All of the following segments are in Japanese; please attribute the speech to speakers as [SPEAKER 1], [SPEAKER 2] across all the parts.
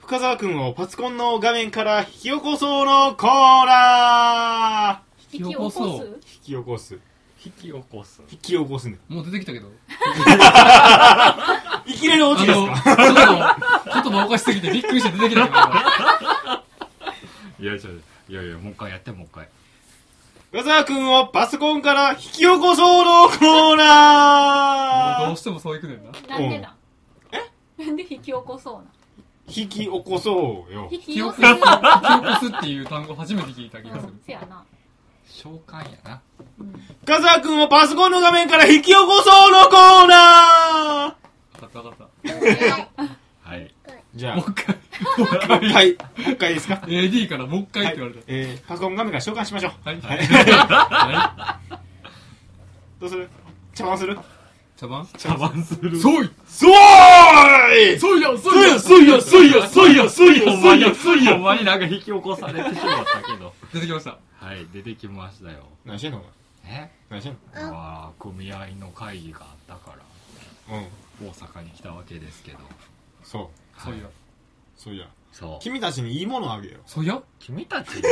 [SPEAKER 1] 深澤くんをパソコンの画面から引き起こそうのコーナー
[SPEAKER 2] 引き起こす
[SPEAKER 1] 引き起こす。
[SPEAKER 3] 引き起こす
[SPEAKER 1] 引き起こすね。
[SPEAKER 4] もう出てきたけど。
[SPEAKER 1] いきなり
[SPEAKER 4] あ
[SPEAKER 1] 落
[SPEAKER 4] の、
[SPEAKER 1] ち
[SPEAKER 4] ち
[SPEAKER 1] で
[SPEAKER 4] ょ
[SPEAKER 1] す
[SPEAKER 4] っと、
[SPEAKER 1] か
[SPEAKER 4] 言葉おかしすぎてびっくりして出てきたけど。
[SPEAKER 3] いやちょいやいやもう一回やってもう一回
[SPEAKER 1] 深澤くんをパソコンから引き起こそうのコー
[SPEAKER 4] もうど
[SPEAKER 1] ナ
[SPEAKER 4] う
[SPEAKER 1] ー
[SPEAKER 4] してもそういくねんな。
[SPEAKER 2] なんでなえなんで引き起こそうな
[SPEAKER 1] 引き起こそうよ。
[SPEAKER 2] 引き
[SPEAKER 4] 記
[SPEAKER 2] 起こす
[SPEAKER 4] 憶する、記憶すっていう単語初めて聞いた気
[SPEAKER 2] う
[SPEAKER 4] がする
[SPEAKER 2] ん。せやな
[SPEAKER 4] 召喚やな。
[SPEAKER 1] 深澤くんをパソコンの画面から引き起こそうのコーナー
[SPEAKER 4] わかったわかっ
[SPEAKER 3] はい
[SPEAKER 1] じゃ
[SPEAKER 4] た。
[SPEAKER 1] あ、
[SPEAKER 4] も
[SPEAKER 1] も
[SPEAKER 4] う一回、もう一回
[SPEAKER 1] う一回、もう一回ですか
[SPEAKER 4] AD からもう一回って言われた。
[SPEAKER 1] えー、パソコン画面から召喚しましょう。
[SPEAKER 4] はい。はい。
[SPEAKER 1] どうする茶番する
[SPEAKER 4] 茶番
[SPEAKER 3] 茶番する
[SPEAKER 4] そうい
[SPEAKER 1] そうーい
[SPEAKER 4] そういやそういや
[SPEAKER 1] そういや、そういや、そういや、そういや、
[SPEAKER 3] ほん
[SPEAKER 1] そ
[SPEAKER 3] ま
[SPEAKER 1] うい
[SPEAKER 3] に
[SPEAKER 1] や、そうい
[SPEAKER 3] ほん
[SPEAKER 1] や。
[SPEAKER 3] まになんか引き起こされてしまったけど
[SPEAKER 4] 出てきました。
[SPEAKER 3] はい出てきましたよ
[SPEAKER 1] 何してんのお
[SPEAKER 3] え
[SPEAKER 1] 前何してん
[SPEAKER 3] まあ組合の会議があったから
[SPEAKER 1] のうん。
[SPEAKER 3] 大阪に来たわけですけど
[SPEAKER 1] そう。
[SPEAKER 4] そういや。
[SPEAKER 1] そういや。
[SPEAKER 3] そう
[SPEAKER 1] 君たちにいいものあげよ
[SPEAKER 4] そういや
[SPEAKER 3] 君たちに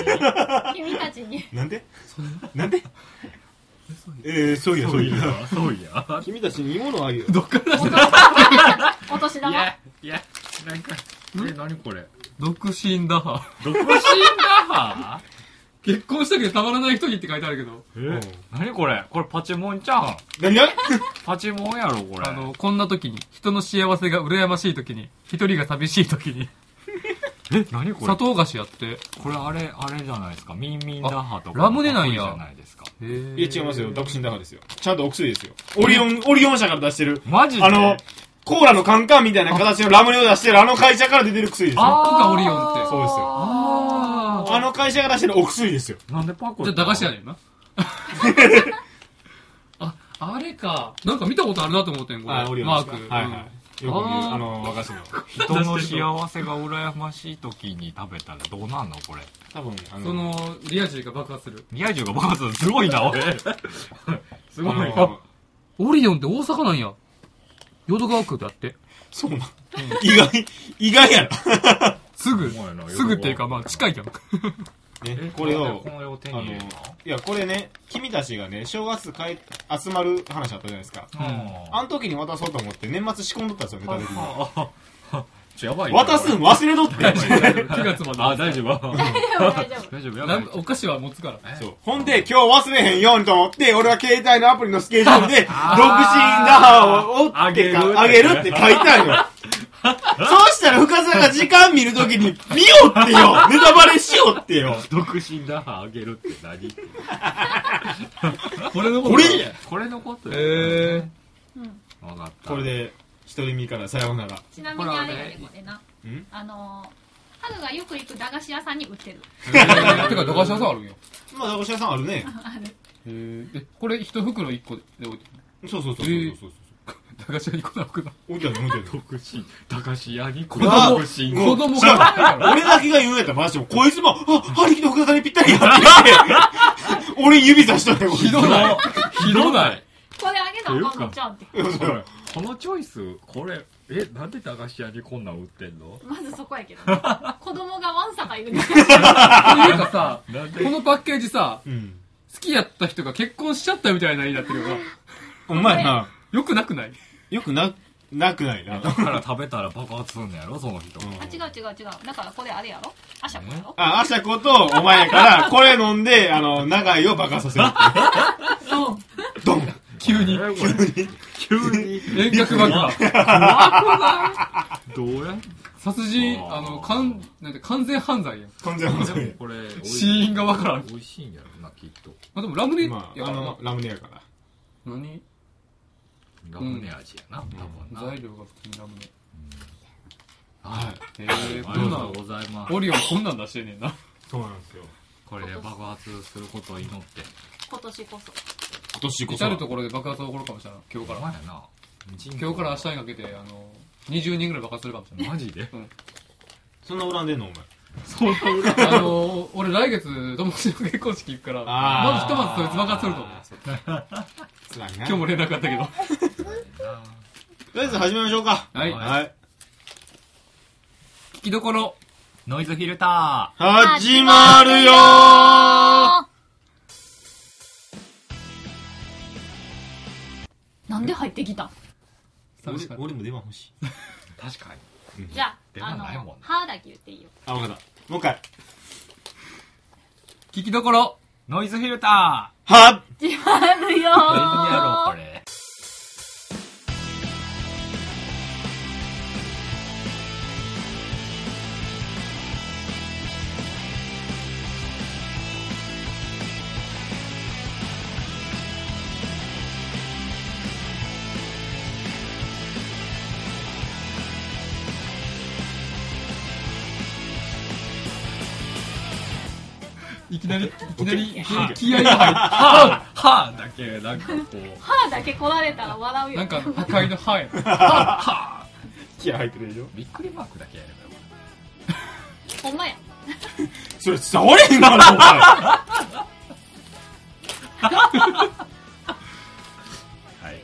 [SPEAKER 2] 君たちに
[SPEAKER 1] う。なんで
[SPEAKER 4] そういや
[SPEAKER 1] なんで
[SPEAKER 4] えそうい
[SPEAKER 1] え
[SPEAKER 4] や
[SPEAKER 1] ー、そういや、
[SPEAKER 3] そ
[SPEAKER 1] そう
[SPEAKER 3] う
[SPEAKER 1] いや。
[SPEAKER 3] やそうや
[SPEAKER 1] 君たちにいいものあげよ
[SPEAKER 4] どっから出た
[SPEAKER 2] お年
[SPEAKER 3] い
[SPEAKER 2] 玉
[SPEAKER 3] やいやなんかえ何これ
[SPEAKER 4] 独身だ。
[SPEAKER 3] 独身だは
[SPEAKER 4] 結婚したけどたまらない人にって書いてあるけど、
[SPEAKER 3] え、
[SPEAKER 1] うん
[SPEAKER 3] 何これこれパチモンちゃん
[SPEAKER 1] う。何が
[SPEAKER 3] パチモンやろこれ
[SPEAKER 4] あの、こんな時に、人の幸せが羨ましい時に、一人が寂しい時に、
[SPEAKER 3] え何これ
[SPEAKER 4] 砂糖菓子やって。
[SPEAKER 3] これあれあれじゃないですかミンミンダハとか
[SPEAKER 4] あラムネなんや
[SPEAKER 3] じゃないですか
[SPEAKER 4] へー
[SPEAKER 1] いや、違いますよ。独身だからですよ。ちゃんとお薬ですよ。オリオン、オリオン社から出してる。
[SPEAKER 3] マジで
[SPEAKER 1] あの、コーラのカンカンみたいな形のラムネを出してるあの会社から出てる薬ですよ。
[SPEAKER 4] あそっかオリオンって
[SPEAKER 1] そうですよ
[SPEAKER 4] あ
[SPEAKER 1] あの会社が出してるお薬ですよ。
[SPEAKER 3] なんでパコ
[SPEAKER 4] じゃあ駄菓子や
[SPEAKER 3] ね
[SPEAKER 4] ねんな。あ、あれか。なんか見たことあるなと思ってん、これ。
[SPEAKER 1] あ、オリオン
[SPEAKER 4] マ
[SPEAKER 1] で
[SPEAKER 4] ー
[SPEAKER 1] すか
[SPEAKER 4] ク。
[SPEAKER 1] はい
[SPEAKER 4] うん
[SPEAKER 1] はい。よく見
[SPEAKER 4] あ
[SPEAKER 1] る、
[SPEAKER 4] ー
[SPEAKER 1] あの、和菓子の。
[SPEAKER 3] 人の幸せが羨ましい時に食べたらどうなんのこれ
[SPEAKER 1] 多分、あの、
[SPEAKER 4] その、リア充が爆発する。
[SPEAKER 3] 宮中がバカするすごいな俺すごい
[SPEAKER 1] あ
[SPEAKER 3] な
[SPEAKER 1] の
[SPEAKER 4] オリオンって大阪なんや。淀川区だって。
[SPEAKER 1] そうなん。意外、意外やろ。
[SPEAKER 4] すぐ
[SPEAKER 3] お前な、
[SPEAKER 4] すぐっていうか、まあ、近いやん。
[SPEAKER 1] ね、これを
[SPEAKER 3] こ、の世を手
[SPEAKER 1] あ
[SPEAKER 3] に
[SPEAKER 1] の
[SPEAKER 3] 入れる、
[SPEAKER 1] いや、これね、君たちがね、正月帰、集まる話あったじゃないですか。
[SPEAKER 3] の
[SPEAKER 1] あの時に渡そうと思って、年末仕込んどったんですよ、ネタ的に。
[SPEAKER 3] あああやばいな
[SPEAKER 1] 渡すん忘れとって。
[SPEAKER 4] 9月まで。
[SPEAKER 3] あ大丈夫
[SPEAKER 2] 大丈夫
[SPEAKER 3] 大丈夫やば
[SPEAKER 4] ないんお菓子は持つから。
[SPEAKER 1] そう。ほんで、今日忘れへんようにと思って、俺は携帯のアプリのスケジュールで、独身ダハを追
[SPEAKER 3] あ
[SPEAKER 1] っ
[SPEAKER 3] げ
[SPEAKER 1] て
[SPEAKER 3] る
[SPEAKER 1] か、あげるって書いたんよ。 そうしたら深澤が時間見るときに、見よってよネタバレしよってよ
[SPEAKER 3] 独身だあげるって何
[SPEAKER 4] これのこと
[SPEAKER 1] これや
[SPEAKER 3] これのことや
[SPEAKER 4] えー。
[SPEAKER 2] うん
[SPEAKER 3] 分かった
[SPEAKER 1] これで、独り身からさようなら。
[SPEAKER 2] ちなみにあれやねこれなんあのーハグがよく行く駄菓子屋さんに売ってる
[SPEAKER 4] てか、駄菓子屋さんあるんや。
[SPEAKER 1] まあ、駄菓子屋さんあるね。
[SPEAKER 2] ある
[SPEAKER 4] え、これ一袋一個で置いてる
[SPEAKER 1] そうそうそうそうそうそう。
[SPEAKER 4] 駄菓子屋一個なくな。
[SPEAKER 1] 置いてあるね、置いてあるね。
[SPEAKER 3] 独身駄菓子屋に子
[SPEAKER 1] うわ
[SPEAKER 3] 供身
[SPEAKER 1] うわ
[SPEAKER 4] 子供がない から。
[SPEAKER 1] 俺だけが言うんやったらマジでも、こいつも、あ、ハリキの深澤にぴったりやって言って、俺指さしたね、こいつ
[SPEAKER 4] ひどない。ひどない。
[SPEAKER 2] これあげなあかんのちゃうんって
[SPEAKER 1] そう
[SPEAKER 3] このチョイスこれえなんで駄菓子屋にこんなん売ってんの
[SPEAKER 2] まずそこやけど ね子供がわんさか 言うね
[SPEAKER 4] っていうかさ、
[SPEAKER 3] なんで
[SPEAKER 4] このパッケージさ、
[SPEAKER 1] うん。
[SPEAKER 4] 好きやった人が結婚しちゃったみたいな絵になってるよな。
[SPEAKER 1] お前な、
[SPEAKER 4] よくなくない
[SPEAKER 1] よくな、なくないな。
[SPEAKER 3] だから食べたら爆発すんのやろその人
[SPEAKER 1] うん
[SPEAKER 2] あ違う違う違うだからこれあれやろアシャコやろ
[SPEAKER 1] あ、アシャコとお前やから、これ飲んで、あの、長井を爆発させるっていう。
[SPEAKER 2] うん
[SPEAKER 1] ドン
[SPEAKER 4] 急に。
[SPEAKER 3] えこれ急に
[SPEAKER 4] 遠隔爆破。
[SPEAKER 3] どうやん
[SPEAKER 4] 殺人、
[SPEAKER 3] あー
[SPEAKER 4] あの、かん、なんて、完全犯罪やん。
[SPEAKER 1] 完全
[SPEAKER 3] でもこれ美味
[SPEAKER 4] 死因がわからん。
[SPEAKER 3] 美味しいんやろなきっと
[SPEAKER 4] まあ、でもラムネや
[SPEAKER 1] ま
[SPEAKER 4] か
[SPEAKER 1] あ、あ
[SPEAKER 4] らな
[SPEAKER 1] の、。ラムネやから。
[SPEAKER 4] 何
[SPEAKER 3] ラムネ味やな、多分な、
[SPEAKER 4] 材料が普通にラムネ。
[SPEAKER 3] はい
[SPEAKER 4] えー、
[SPEAKER 3] あ
[SPEAKER 4] こ
[SPEAKER 3] り
[SPEAKER 4] ん
[SPEAKER 3] が
[SPEAKER 4] な
[SPEAKER 3] とうんご、ざいます
[SPEAKER 4] オリオンこんなん出してんねんな。
[SPEAKER 1] そうなんですよ。
[SPEAKER 3] これで爆発することを祈って
[SPEAKER 2] 今年こそ
[SPEAKER 1] 今年こそ
[SPEAKER 4] 至
[SPEAKER 1] は。
[SPEAKER 4] るところで爆発起こるかもしれない。今日か
[SPEAKER 3] ほんま
[SPEAKER 4] ら。
[SPEAKER 3] やな
[SPEAKER 4] 今日から明日にかけて、あの、20人ぐらい爆発するかもしれない。
[SPEAKER 3] マジで
[SPEAKER 1] そんな恨んでんのお前。
[SPEAKER 3] そんな裏
[SPEAKER 4] あの、俺来月、友達の結婚式行くから、
[SPEAKER 1] あー
[SPEAKER 4] まずひとまずそいつ爆発すると思う。
[SPEAKER 1] つ らいな。
[SPEAKER 4] 今日も連絡あ ったけど。
[SPEAKER 1] とりあえず始めましょうか。
[SPEAKER 4] はい。
[SPEAKER 1] はい。
[SPEAKER 4] 識どころ。
[SPEAKER 3] ノイズフィルタ
[SPEAKER 1] 始まるよー
[SPEAKER 2] なんで入ってきた
[SPEAKER 4] 寂しかっ
[SPEAKER 1] 俺俺も出番欲しい。
[SPEAKER 3] ー。確かに。
[SPEAKER 2] じゃ
[SPEAKER 3] 電
[SPEAKER 2] あ、
[SPEAKER 3] 話
[SPEAKER 2] あ
[SPEAKER 3] ないもん
[SPEAKER 2] の
[SPEAKER 3] ね、
[SPEAKER 2] 歯だけ言っていいよ。
[SPEAKER 1] あ、わかった。もう一回。
[SPEAKER 4] 聞きどころ。
[SPEAKER 3] ノイズフィルタ
[SPEAKER 1] は、
[SPEAKER 2] 始まるよ
[SPEAKER 3] ー。何やろ、これ。
[SPEAKER 4] いきなり、いきなり、
[SPEAKER 1] は
[SPEAKER 4] 気合いが入って、はぁ、はぁだけ、なんかこう、
[SPEAKER 2] 歯だけ来られたら笑うよ。
[SPEAKER 4] なんか破壊のはぁやな
[SPEAKER 1] 気合入ってるでしょ
[SPEAKER 3] びっくりマークだけやればよかっ
[SPEAKER 2] ほんまや。
[SPEAKER 1] それ伝われへん からな、
[SPEAKER 3] た。はい。
[SPEAKER 1] お前。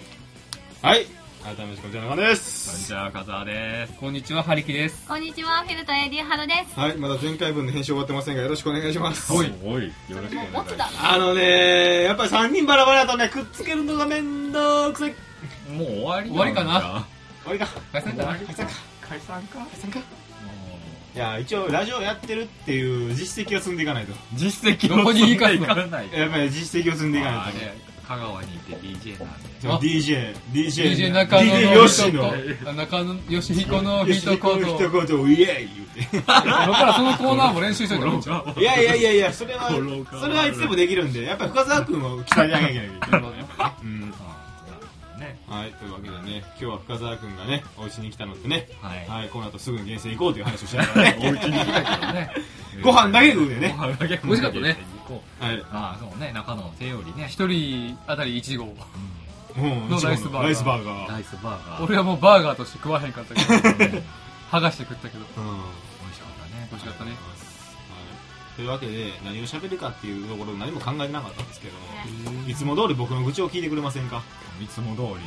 [SPEAKER 1] はい。改めまして、こちらの方で
[SPEAKER 3] こんに
[SPEAKER 1] す。
[SPEAKER 3] ちは、風間です。
[SPEAKER 4] こんにちは、はりきです。
[SPEAKER 2] こんにちは、フィルター AD ハルです。
[SPEAKER 1] はい、まだ前回分の編集終わってませんが、よろしくお願いします。
[SPEAKER 3] い。おい。よろしく
[SPEAKER 2] もう
[SPEAKER 3] お願
[SPEAKER 2] 持
[SPEAKER 3] い
[SPEAKER 2] つ
[SPEAKER 3] し
[SPEAKER 2] だ
[SPEAKER 3] ま
[SPEAKER 1] あのねやっぱり3人バラバラだとね、くっつけるのがめんどくさい。
[SPEAKER 3] す。もう終わり
[SPEAKER 4] 終わりかな
[SPEAKER 1] 終わりか。
[SPEAKER 4] 解散かな
[SPEAKER 1] 解散か。
[SPEAKER 3] 解散か
[SPEAKER 1] 解散か。いや、一応、ラジオやってるっていう実績を積んでいかないと。
[SPEAKER 3] 実績
[SPEAKER 4] どこに生かすの
[SPEAKER 3] かない
[SPEAKER 1] やっぱり実績を積んでいか
[SPEAKER 3] まあ
[SPEAKER 1] な
[SPEAKER 3] あ
[SPEAKER 1] いとね。
[SPEAKER 3] れ香川にいて DJ なんで
[SPEAKER 1] その
[SPEAKER 4] あ
[SPEAKER 1] DJ、DJ、
[SPEAKER 4] DJ 中野
[SPEAKER 1] DJ
[SPEAKER 4] の
[SPEAKER 1] 吉野。
[SPEAKER 4] あ中野吉彦のヒートコート。
[SPEAKER 1] ヒ
[SPEAKER 4] こ
[SPEAKER 1] ットコートをイエーイ言う
[SPEAKER 4] れからそのコーナーも練習しといたらいいんちゃう
[SPEAKER 1] て。いやいやいやいや、それは、
[SPEAKER 3] コロカ
[SPEAKER 1] それはいつでもできるんで、やっぱり深澤君を鍛えてあげなきゃいけ ない。うん。
[SPEAKER 3] ね
[SPEAKER 1] はい、というわけでね、今日は深澤君がね、お家に来たのでね、
[SPEAKER 3] はい
[SPEAKER 1] はい、この後すぐに厳選行こうという話をしながら ね、
[SPEAKER 3] お家に来たけどね
[SPEAKER 1] ご飯だけ食うでね
[SPEAKER 3] ご飯だけ食う
[SPEAKER 4] 美味しかったね
[SPEAKER 1] はい、
[SPEAKER 3] ああそうね中野の手よりね
[SPEAKER 4] 一人あたり1号。
[SPEAKER 1] もう、
[SPEAKER 4] のライスバーガー
[SPEAKER 1] ライスバーガー。
[SPEAKER 3] ライスバーガー
[SPEAKER 4] 俺はもうバーガーとして食わへんかったけど、
[SPEAKER 3] 美味し
[SPEAKER 4] 剥がして食ったけど。
[SPEAKER 1] うん。はい
[SPEAKER 3] かったね
[SPEAKER 4] 美味しかったね。
[SPEAKER 1] というわけで、何を喋るかっていうところ何も考えてなかったんですけども、いつも通り僕の愚痴を聞いてくれませんか
[SPEAKER 3] いつも通り
[SPEAKER 1] あそ
[SPEAKER 4] うん
[SPEAKER 1] うだ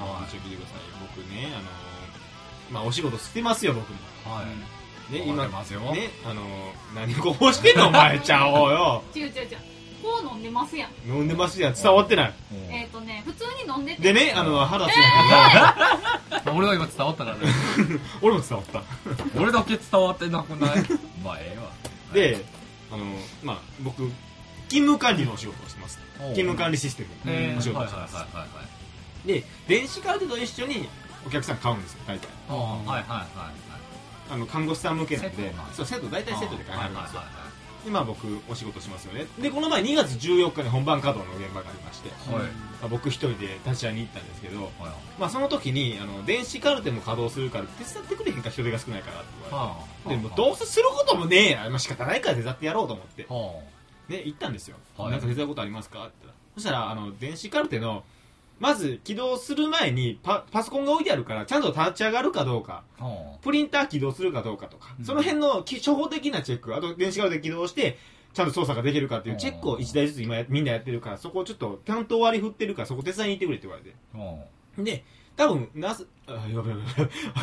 [SPEAKER 1] 僕も一応聞いてくださいよ僕ねあのーまあお仕事してますよ僕も
[SPEAKER 3] はい
[SPEAKER 1] ね
[SPEAKER 3] 頑
[SPEAKER 1] 今
[SPEAKER 3] 張ってますよ
[SPEAKER 1] ねあのー何こぼして んのお前ちゃおうよ
[SPEAKER 2] 違う違う違う。こう飲んでますやん。
[SPEAKER 1] 飲んでますやん伝わってない
[SPEAKER 3] もう
[SPEAKER 2] えっ、ー、とね、普通に飲んでて。
[SPEAKER 1] でねあの原田さんが
[SPEAKER 4] まあ俺は今伝わったからね。
[SPEAKER 1] 俺も伝わった
[SPEAKER 3] 俺だけ伝わってなくないまあえ
[SPEAKER 1] であのーまあ僕勤務管理のお仕事をしてます
[SPEAKER 3] えわ
[SPEAKER 1] 勤務管理システ
[SPEAKER 3] う
[SPEAKER 1] ム
[SPEAKER 3] ん
[SPEAKER 1] のお仕事
[SPEAKER 3] は
[SPEAKER 1] を
[SPEAKER 3] い
[SPEAKER 1] し
[SPEAKER 3] はい
[SPEAKER 1] てます
[SPEAKER 3] はいはい
[SPEAKER 1] で電子カルテと一緒にお客さん買うんですよ大体
[SPEAKER 4] うん
[SPEAKER 3] はいはいはい
[SPEAKER 1] あの看護師さん向けなん
[SPEAKER 3] セッ
[SPEAKER 1] で
[SPEAKER 3] トなんだ
[SPEAKER 1] そうセット大体
[SPEAKER 3] はい
[SPEAKER 1] セットで買え
[SPEAKER 3] は
[SPEAKER 1] る
[SPEAKER 3] い
[SPEAKER 1] ん
[SPEAKER 3] は
[SPEAKER 1] で
[SPEAKER 3] いはい
[SPEAKER 1] すよ
[SPEAKER 3] は
[SPEAKER 1] 今僕お仕事しますよねでこの前2月14日に本番稼働の現場がありまして、ま
[SPEAKER 3] はい
[SPEAKER 1] あ、僕一人で立ち会いに行ったんですけど、
[SPEAKER 3] いはい
[SPEAKER 1] まあ、その時にあの電子カルテも稼働するから手伝ってくれへんか人手が少ないからって言わ
[SPEAKER 3] はあ
[SPEAKER 1] れてでもうどうせすることもねえや、まあ、仕方ないから手伝ってやろうと思って、
[SPEAKER 3] は
[SPEAKER 1] ね、行ったんですよ、
[SPEAKER 3] はい
[SPEAKER 1] なんか手伝うことありますかって言ったらそしたらあの電子カルテのまず起動する前にパパソコンが置いてあるからちゃんと立ち上がるかどうか
[SPEAKER 3] あは
[SPEAKER 1] プリンター起動するかどうかとか、
[SPEAKER 4] うん
[SPEAKER 1] その辺の基初歩的なチェック、あと電子カルテ起動して、ちゃんと操作ができるかっていうチェックを1台ずつ今やみんなやってるから、そこをちょっと担当割り振ってるから、そこ手伝いに行ってくれって言われ
[SPEAKER 3] あはあ
[SPEAKER 1] て。で、多分、なす、あ、やべやべや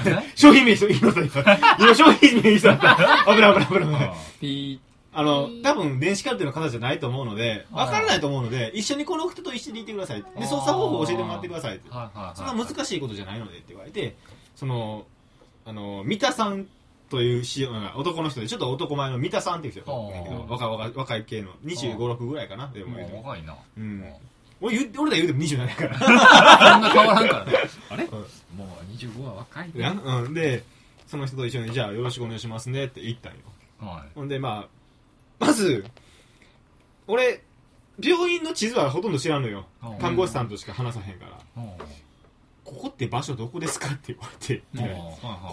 [SPEAKER 1] べ
[SPEAKER 3] え。
[SPEAKER 1] 商品名、商品名言いそうだった、今商品名言いそうだった。危ない危ない危ない危ない。
[SPEAKER 4] ピ
[SPEAKER 1] あの、多分電子カルテの方じゃないと思うので、
[SPEAKER 3] は
[SPEAKER 1] わ
[SPEAKER 3] い
[SPEAKER 1] からないと思うので、一緒にこの人と一緒に行ってください。で、操作方法を教えてもらってくださいって。
[SPEAKER 3] はいはいはい
[SPEAKER 1] そんな難しいことじゃないのでって言われて、その、あの、三田さんというし男の人で、ちょっと男前の三田さんっていう人がいるんだけ
[SPEAKER 3] あ
[SPEAKER 1] ど、
[SPEAKER 3] ー
[SPEAKER 1] 若い若い若い系の、25、6ぐらいかな、でも言う
[SPEAKER 3] もう
[SPEAKER 1] ても。
[SPEAKER 3] 若いな
[SPEAKER 1] うん。俺言う、俺ら言うても27やから。
[SPEAKER 4] ー、そんな変わらんからね。
[SPEAKER 3] あれ
[SPEAKER 1] う
[SPEAKER 3] も
[SPEAKER 1] ん
[SPEAKER 3] う25は若いね
[SPEAKER 1] やんうん。で、その人と一緒に、じゃあよろしくお願いしますねって言ったんよ。
[SPEAKER 3] は
[SPEAKER 1] ほんで、まあ、まず、俺、病院の地図はほとんど知らんのよ
[SPEAKER 3] うん。
[SPEAKER 1] 看護師さんとしか話さへんから。
[SPEAKER 3] いうん
[SPEAKER 1] ここって場所どこですかって言われて、
[SPEAKER 3] うんはいはい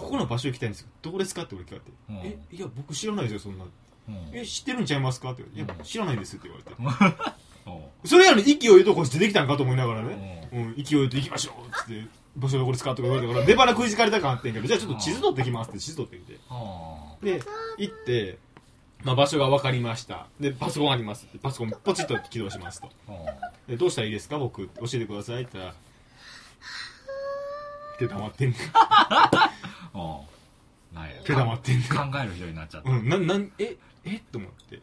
[SPEAKER 1] ここの場所行きたいんですよ。どこですかって俺聞かれて。
[SPEAKER 3] うん
[SPEAKER 1] え、いや、僕知らないですよ、そんな。
[SPEAKER 3] うん
[SPEAKER 1] え、知ってるんちゃいますかって言われて。いや、知らないですって言われて。
[SPEAKER 3] うん
[SPEAKER 1] それやのに勢いとこしてできたんかと思いながら
[SPEAKER 3] う
[SPEAKER 1] ね。
[SPEAKER 3] ん
[SPEAKER 1] うん、勢いと行きましょうっつって、場所どこですかとか言われたから、出腹食いつかれた感あってんけど、じゃあちょっと地図取ってきますって地図取ってきて。
[SPEAKER 3] は
[SPEAKER 1] で、行って、まあ場所が分かりました。で、パソコンありますって。パソコンポチッと起動しますと。
[SPEAKER 3] あは
[SPEAKER 1] で、どうしたらいいですか僕、教えてくださいって言 ったら、って黙ってんねん
[SPEAKER 3] あはなんや
[SPEAKER 1] 手黙ってんね
[SPEAKER 3] 考える人になっちゃった、
[SPEAKER 1] うん、なん、なん、え、えと思って。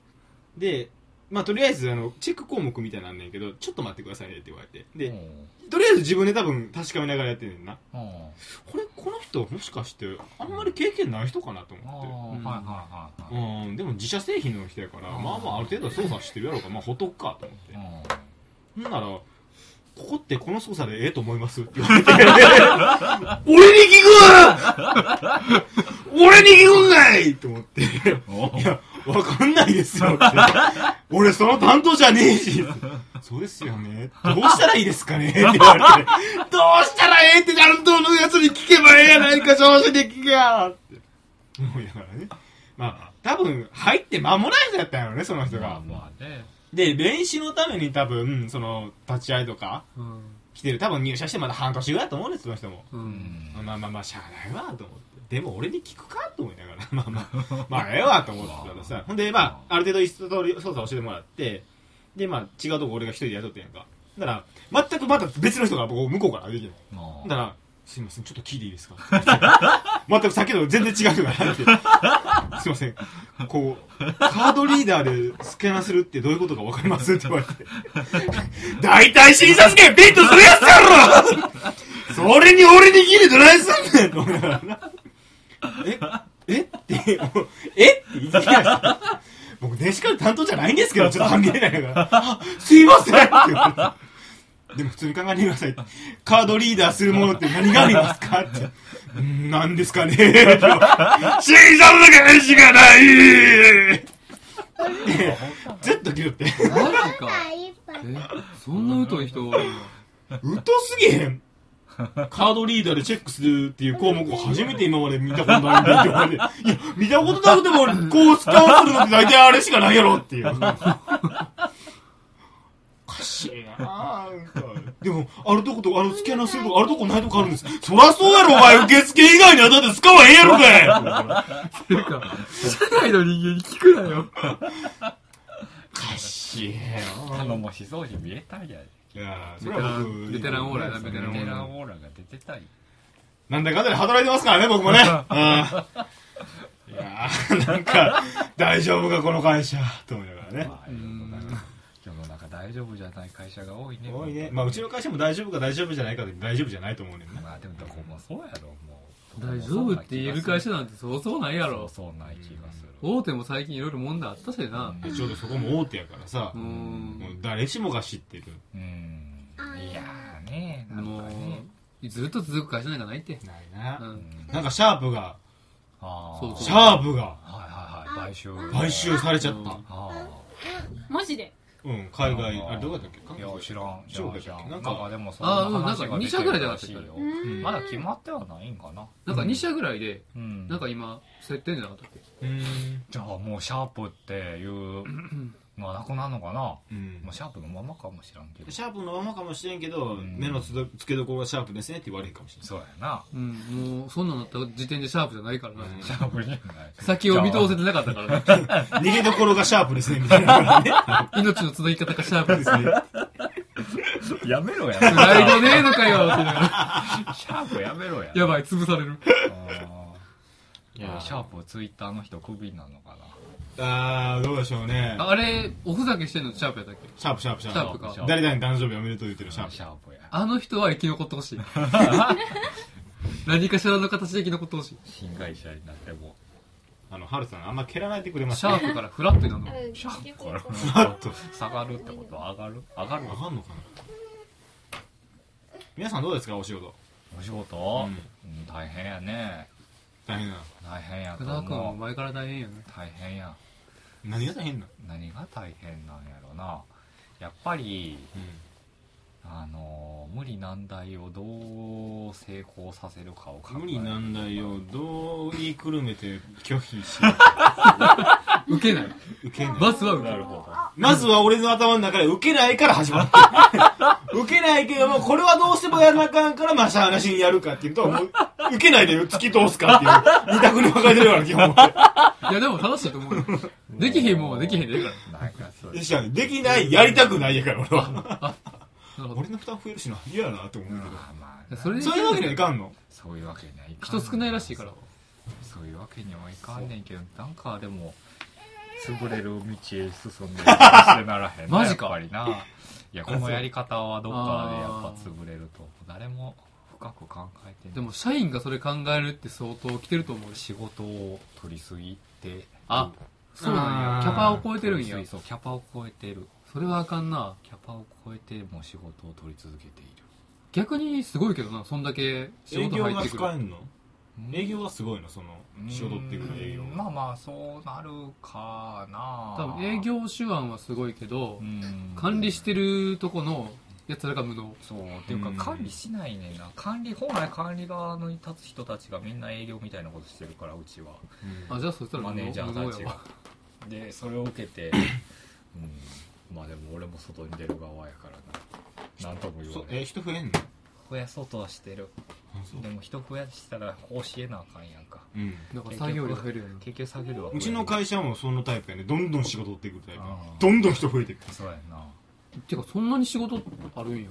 [SPEAKER 1] で、まあ、とりあえず、あの、チェック項目みたいなんねんけど、ちょっと待ってくださいねって言われて。
[SPEAKER 3] う
[SPEAKER 1] で、
[SPEAKER 3] ん
[SPEAKER 1] とりあえず自分で多分確かめながらやってんねんな。
[SPEAKER 3] うん
[SPEAKER 1] これ、この人、もしかして、あんまり経験ない人かなと
[SPEAKER 3] ああ、
[SPEAKER 1] 思って。うん
[SPEAKER 3] はいはいはいはい、
[SPEAKER 1] うん、でも自社製品の人やから、
[SPEAKER 3] うん
[SPEAKER 1] まあまあある程度操作してるやろうから、まあほっとくかと思って。
[SPEAKER 3] う
[SPEAKER 1] ほんなら、ここってこの操作でええと思いますって言われて。 俺に聞くん 俺に聞くんかいと思って。
[SPEAKER 3] んお
[SPEAKER 1] いや、わかんないですよって。俺その担当じゃねえし。そうですよね。どうしたらいいですかねって言われて。どうしたらええって担当のやつに聞けばええやないか、調子で聞けやって。思いながらね。まあ、多分、入って間もない人やったんやろね、その人
[SPEAKER 3] まあ
[SPEAKER 1] が。
[SPEAKER 3] まあね
[SPEAKER 1] で、練習のために多分、その、立ち会いとか
[SPEAKER 4] うん。
[SPEAKER 1] 来てる。多分入社してまだ半年ぐらいだと思うんです、その人も。
[SPEAKER 4] う。
[SPEAKER 3] うんん
[SPEAKER 1] まあまあまあ、しゃあないわ、と思って。でも俺に聞くかと思いながら、 まあまあ、まあええわ、と思ってたらさ。ほんで、まあ、ある程度一通り操作を教えてもらって、で、まあ、違うとこ俺が一人でやっとってんやんか。だから、全くまた別の人が僕を向こうから出てきて
[SPEAKER 3] ま
[SPEAKER 1] だか
[SPEAKER 3] あ
[SPEAKER 1] ら、すいません、ちょっと聞いていいですか 全くさっきの全然違う人が入って。 すいません、こう、カードリーダーでスキャンするってどういうことかわかりますって言われて。 大体診察券ピッとするやつやろ それに俺に聞いてどないすんねんと思いながらな ええって、 もうえって言ってきたんですよ僕、電子カル担当じゃないんですけど、ちょっと関係ないから。 あすいませんって言われて。でも普通に考えてください。カードリーダーするものって何がありますかって。うーん何ですかね 新さんだけ飯がない ってずっと聞いとって。
[SPEAKER 4] マジか。
[SPEAKER 5] いっぱい。
[SPEAKER 4] え、そんな疎い人
[SPEAKER 1] うとすぎへん。カードリーダーでチェックするっていう項目を初めて今まで見たことないんだって言われて。いや、見たことなくても、こうスカウトするのって大体あれしかないやろっていう。おかしいなぁ、なんか。でも、あるとこと、あの、スキャナーするとこ、あるとこないとこあるんです。そらそうやろ、お前、受付以外にはだって使わへんやろかい
[SPEAKER 4] っていうか、社内の人間に聞くなよ。
[SPEAKER 1] おかしい
[SPEAKER 3] 頼もしそうに見えたんや
[SPEAKER 1] なぁ。いや
[SPEAKER 4] ベテラン、ベテランオーラだ、ベテ
[SPEAKER 3] ベ
[SPEAKER 4] ランオ
[SPEAKER 3] テ
[SPEAKER 4] ー
[SPEAKER 3] ラ
[SPEAKER 4] ラ
[SPEAKER 3] ン。オーラが出てたい
[SPEAKER 1] なんだかんだで働いてますからね、僕 もね。うんいやー、なんか、大丈夫か、この会社。と思いながらね。
[SPEAKER 3] まあ世の中世の中大丈夫じゃない会社が多いね
[SPEAKER 1] 多いね。まあ、うちの会社も大丈夫か大丈夫じゃないかで大丈夫じゃないと思うねんな。
[SPEAKER 3] まあでもどこもそうやろもう
[SPEAKER 4] 大丈夫って言える会社なんてそうそうないやろ。
[SPEAKER 3] そうそうない気がする
[SPEAKER 4] 大手も最近いろいろ問題あったしな。
[SPEAKER 1] でちょうどそこも大手やからさ
[SPEAKER 4] う、ん
[SPEAKER 1] も。う誰しもが知ってる。
[SPEAKER 3] うんいやーねなん
[SPEAKER 4] も
[SPEAKER 3] かね
[SPEAKER 4] う、ずっと続く会社なんかないって。
[SPEAKER 1] ないうな。
[SPEAKER 4] ん。
[SPEAKER 1] なんか、シャープが、
[SPEAKER 3] あ
[SPEAKER 4] そうそう
[SPEAKER 1] シャープが、
[SPEAKER 3] はいはいはい買収
[SPEAKER 1] 買収されちゃった。
[SPEAKER 3] あ
[SPEAKER 2] マジで
[SPEAKER 1] うん、海外、
[SPEAKER 3] あ
[SPEAKER 1] あれ、どこやったっけ
[SPEAKER 3] あいや知らん知らん知らん
[SPEAKER 1] な
[SPEAKER 3] なんん
[SPEAKER 1] か
[SPEAKER 3] かでもそ
[SPEAKER 4] あーうん
[SPEAKER 3] 話が出て
[SPEAKER 4] なんか二社ぐらいで上が
[SPEAKER 3] ら
[SPEAKER 4] って
[SPEAKER 3] しい
[SPEAKER 4] たよ
[SPEAKER 3] よ
[SPEAKER 1] うん
[SPEAKER 3] まだ決まってはないんかな
[SPEAKER 4] なんか2社ぐらいで、
[SPEAKER 3] うん
[SPEAKER 4] なんか今、設定じゃなかったっけ
[SPEAKER 1] うん。
[SPEAKER 3] じゃあもうシャープっていうのはなくなるのかなも
[SPEAKER 1] うん
[SPEAKER 3] うシャープのままかもしらんけど
[SPEAKER 1] シャープのままかもしれんけど、
[SPEAKER 3] ん
[SPEAKER 1] 目のつど付けどころがシャープですねって言われるかもしれない。
[SPEAKER 3] そうやな
[SPEAKER 4] うん、もう、そんなんなった時点でシャープじゃないから
[SPEAKER 1] う
[SPEAKER 4] な。
[SPEAKER 1] ん
[SPEAKER 3] シャープじゃない
[SPEAKER 4] 先を見通せてなかったからね。
[SPEAKER 1] 逃げどころがシャープですね、みたいな、ね。
[SPEAKER 4] 命の集い方がシャー プですね。
[SPEAKER 3] せやめろや
[SPEAKER 4] プライドねえのかよって言いながら
[SPEAKER 3] シャープやめろや
[SPEAKER 4] やばい、潰される。
[SPEAKER 3] あーいやシャープツイッターの人クビなのか
[SPEAKER 1] あー、どうでしょうね。
[SPEAKER 4] あれ、おふざけしてんのシャープやったっけ
[SPEAKER 1] シャープ、シャープ、シャ
[SPEAKER 4] シャー
[SPEAKER 1] ー
[SPEAKER 4] プ
[SPEAKER 1] プ。
[SPEAKER 4] か。
[SPEAKER 3] シャープ
[SPEAKER 1] 誰々の誕生日おめでとう言ってるシャ
[SPEAKER 3] なシ
[SPEAKER 1] ー
[SPEAKER 3] ャープや
[SPEAKER 4] あの人は生き残ってほしい。何かしらの形で生き残ってほしい。
[SPEAKER 3] 新会社になっても
[SPEAKER 1] プ。あの、ハルさんあんま蹴らないでくれます
[SPEAKER 4] シャープからフラットになるの。
[SPEAKER 5] シャー
[SPEAKER 3] これ
[SPEAKER 1] パッと。
[SPEAKER 3] 下がるってことは上がる上がる
[SPEAKER 1] わかんのかな皆さんどうですか、お仕事。
[SPEAKER 3] お仕事
[SPEAKER 1] うん
[SPEAKER 3] うん大変やね
[SPEAKER 1] 大変なの。
[SPEAKER 3] 大変や
[SPEAKER 4] 福
[SPEAKER 3] と
[SPEAKER 4] 田君は
[SPEAKER 3] 思う
[SPEAKER 4] 前から大変やね。
[SPEAKER 3] 大変や
[SPEAKER 1] 何が大変なの
[SPEAKER 3] 何が大変なんやろなやっぱりあのー無理難題をどう成功させるかを考え
[SPEAKER 1] 無理難題をどう言いくるめて拒否し、
[SPEAKER 4] 受けない。
[SPEAKER 1] 受けない。
[SPEAKER 4] バスは受ける。
[SPEAKER 1] まずは俺の頭の中で受けないから始ま る。受けないけども、これはどうしてもやらなあかんから、まあ、しゃあなしにやるかっていうと、もう、受けないで突き通すかっていう、二択に分かれてるから、基本は。
[SPEAKER 4] いや、でも楽しいと思うよ。できへんもんはできへんでええか
[SPEAKER 3] なんかそう
[SPEAKER 1] 一緒やねできない、やりたくないやから、俺は。
[SPEAKER 4] ら。なるほ
[SPEAKER 1] 俺の負担増えるしな嫌やなと思うけ
[SPEAKER 3] まあまあ
[SPEAKER 4] ど。それ
[SPEAKER 1] ど
[SPEAKER 4] で
[SPEAKER 1] そういうわけにはいかんの
[SPEAKER 3] そういうわけにはいかん
[SPEAKER 4] 人少ないらしいから。
[SPEAKER 3] そういうわけにはいかんねんけどなんかでも潰れる道へ進んでるしてならへ んな
[SPEAKER 4] マジか
[SPEAKER 3] やっぱりないやこのやり方はどっかでやっぱ潰れると誰も深く考えてない
[SPEAKER 4] でも社員がそれ考えるって相当来てると思うし
[SPEAKER 3] 仕事を取りすぎて
[SPEAKER 4] あそうな
[SPEAKER 1] あ
[SPEAKER 4] ん
[SPEAKER 1] ー
[SPEAKER 4] やキャパを超えてるんや
[SPEAKER 3] 取りすぎそうキャパを超えてる
[SPEAKER 4] それはあかんな
[SPEAKER 3] キャパを超えてもう仕事を取り続けている
[SPEAKER 4] 逆にすごいけどなそんだけ仕
[SPEAKER 1] 営
[SPEAKER 4] 事
[SPEAKER 1] 業
[SPEAKER 4] 入っ
[SPEAKER 1] が
[SPEAKER 4] てくる
[SPEAKER 1] 使えんの営業はすごいのその仕事っていうか営業
[SPEAKER 3] うんまあまあそうなるかな
[SPEAKER 4] 多分営業手腕はすごいけど
[SPEAKER 3] うん
[SPEAKER 4] 管理してるとこのやつらが無能
[SPEAKER 3] そうっていう
[SPEAKER 1] う
[SPEAKER 3] か
[SPEAKER 1] ん
[SPEAKER 3] 管理しないねんな管理本来管理側に立つ人たちがみんな営業みたいなことしてるからうちは
[SPEAKER 4] あじゃあそしたら
[SPEAKER 3] マ
[SPEAKER 4] 無
[SPEAKER 3] ネージャ
[SPEAKER 4] 能無
[SPEAKER 3] ー
[SPEAKER 4] 能
[SPEAKER 3] たち
[SPEAKER 4] やわ
[SPEAKER 3] がでそれを受け てうんまあでも俺も外に出る側やからななんとも言
[SPEAKER 1] そ
[SPEAKER 3] わな
[SPEAKER 1] え
[SPEAKER 3] い
[SPEAKER 1] 人増えんの
[SPEAKER 3] 増やそうとはしてる
[SPEAKER 1] あそう
[SPEAKER 3] でも人増やしたら教えなあかんやんか
[SPEAKER 1] うん
[SPEAKER 4] だから作業量増えるよな
[SPEAKER 3] 結局下げるわ
[SPEAKER 1] うちの会社もそのタイプやねどんどん仕事取ってくるタイプ
[SPEAKER 3] あー
[SPEAKER 1] どんどん人増えてくる
[SPEAKER 3] そうやんな
[SPEAKER 4] てかそんなに仕事あるんよ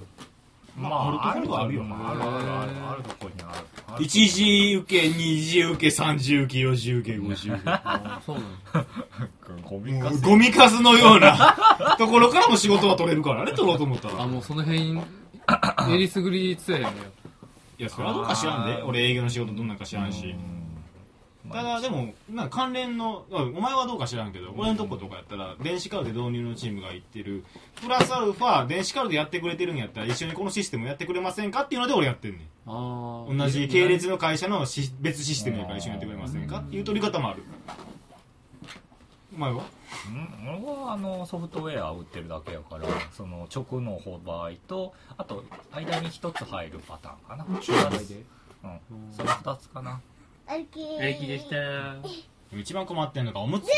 [SPEAKER 1] まああるところはあるよ
[SPEAKER 3] あるあるあるあるところにあるある
[SPEAKER 1] 1次受け2次受け3次受け4次 受け5次受け
[SPEAKER 4] あそうなの
[SPEAKER 3] ゴミ
[SPEAKER 1] も
[SPEAKER 3] か
[SPEAKER 1] う
[SPEAKER 3] す
[SPEAKER 1] ゴミかすのような ところからも仕事は取れるからね、取ろうと思ったら。
[SPEAKER 4] あもうその辺えりすぐり強いよね
[SPEAKER 1] いや、それはどうか知らんで、
[SPEAKER 3] あー
[SPEAKER 1] 俺営業の仕事どんなんか知らんし。ただでも、なんか関連の、あお前はどうか知らんけど、俺のとことかやったら、電子カルテ導入のチームが行ってる、プラスアルファ、電子カルテやってくれてるんやったら、一緒にこのシステムやってくれませんかっていうので俺やってんね
[SPEAKER 4] ああ
[SPEAKER 1] ん。同じ系列の会社のし別システムやから一緒にやってくれませんかっていう取り方もある。お前は
[SPEAKER 3] うん俺はあのソフトウェアを売ってるだけやからその直の場合とあと間に一つ入るパターンかな中
[SPEAKER 4] はいで
[SPEAKER 3] うんその二つかな
[SPEAKER 4] 平気でしたあ
[SPEAKER 1] 一番困ってんのがおむつ。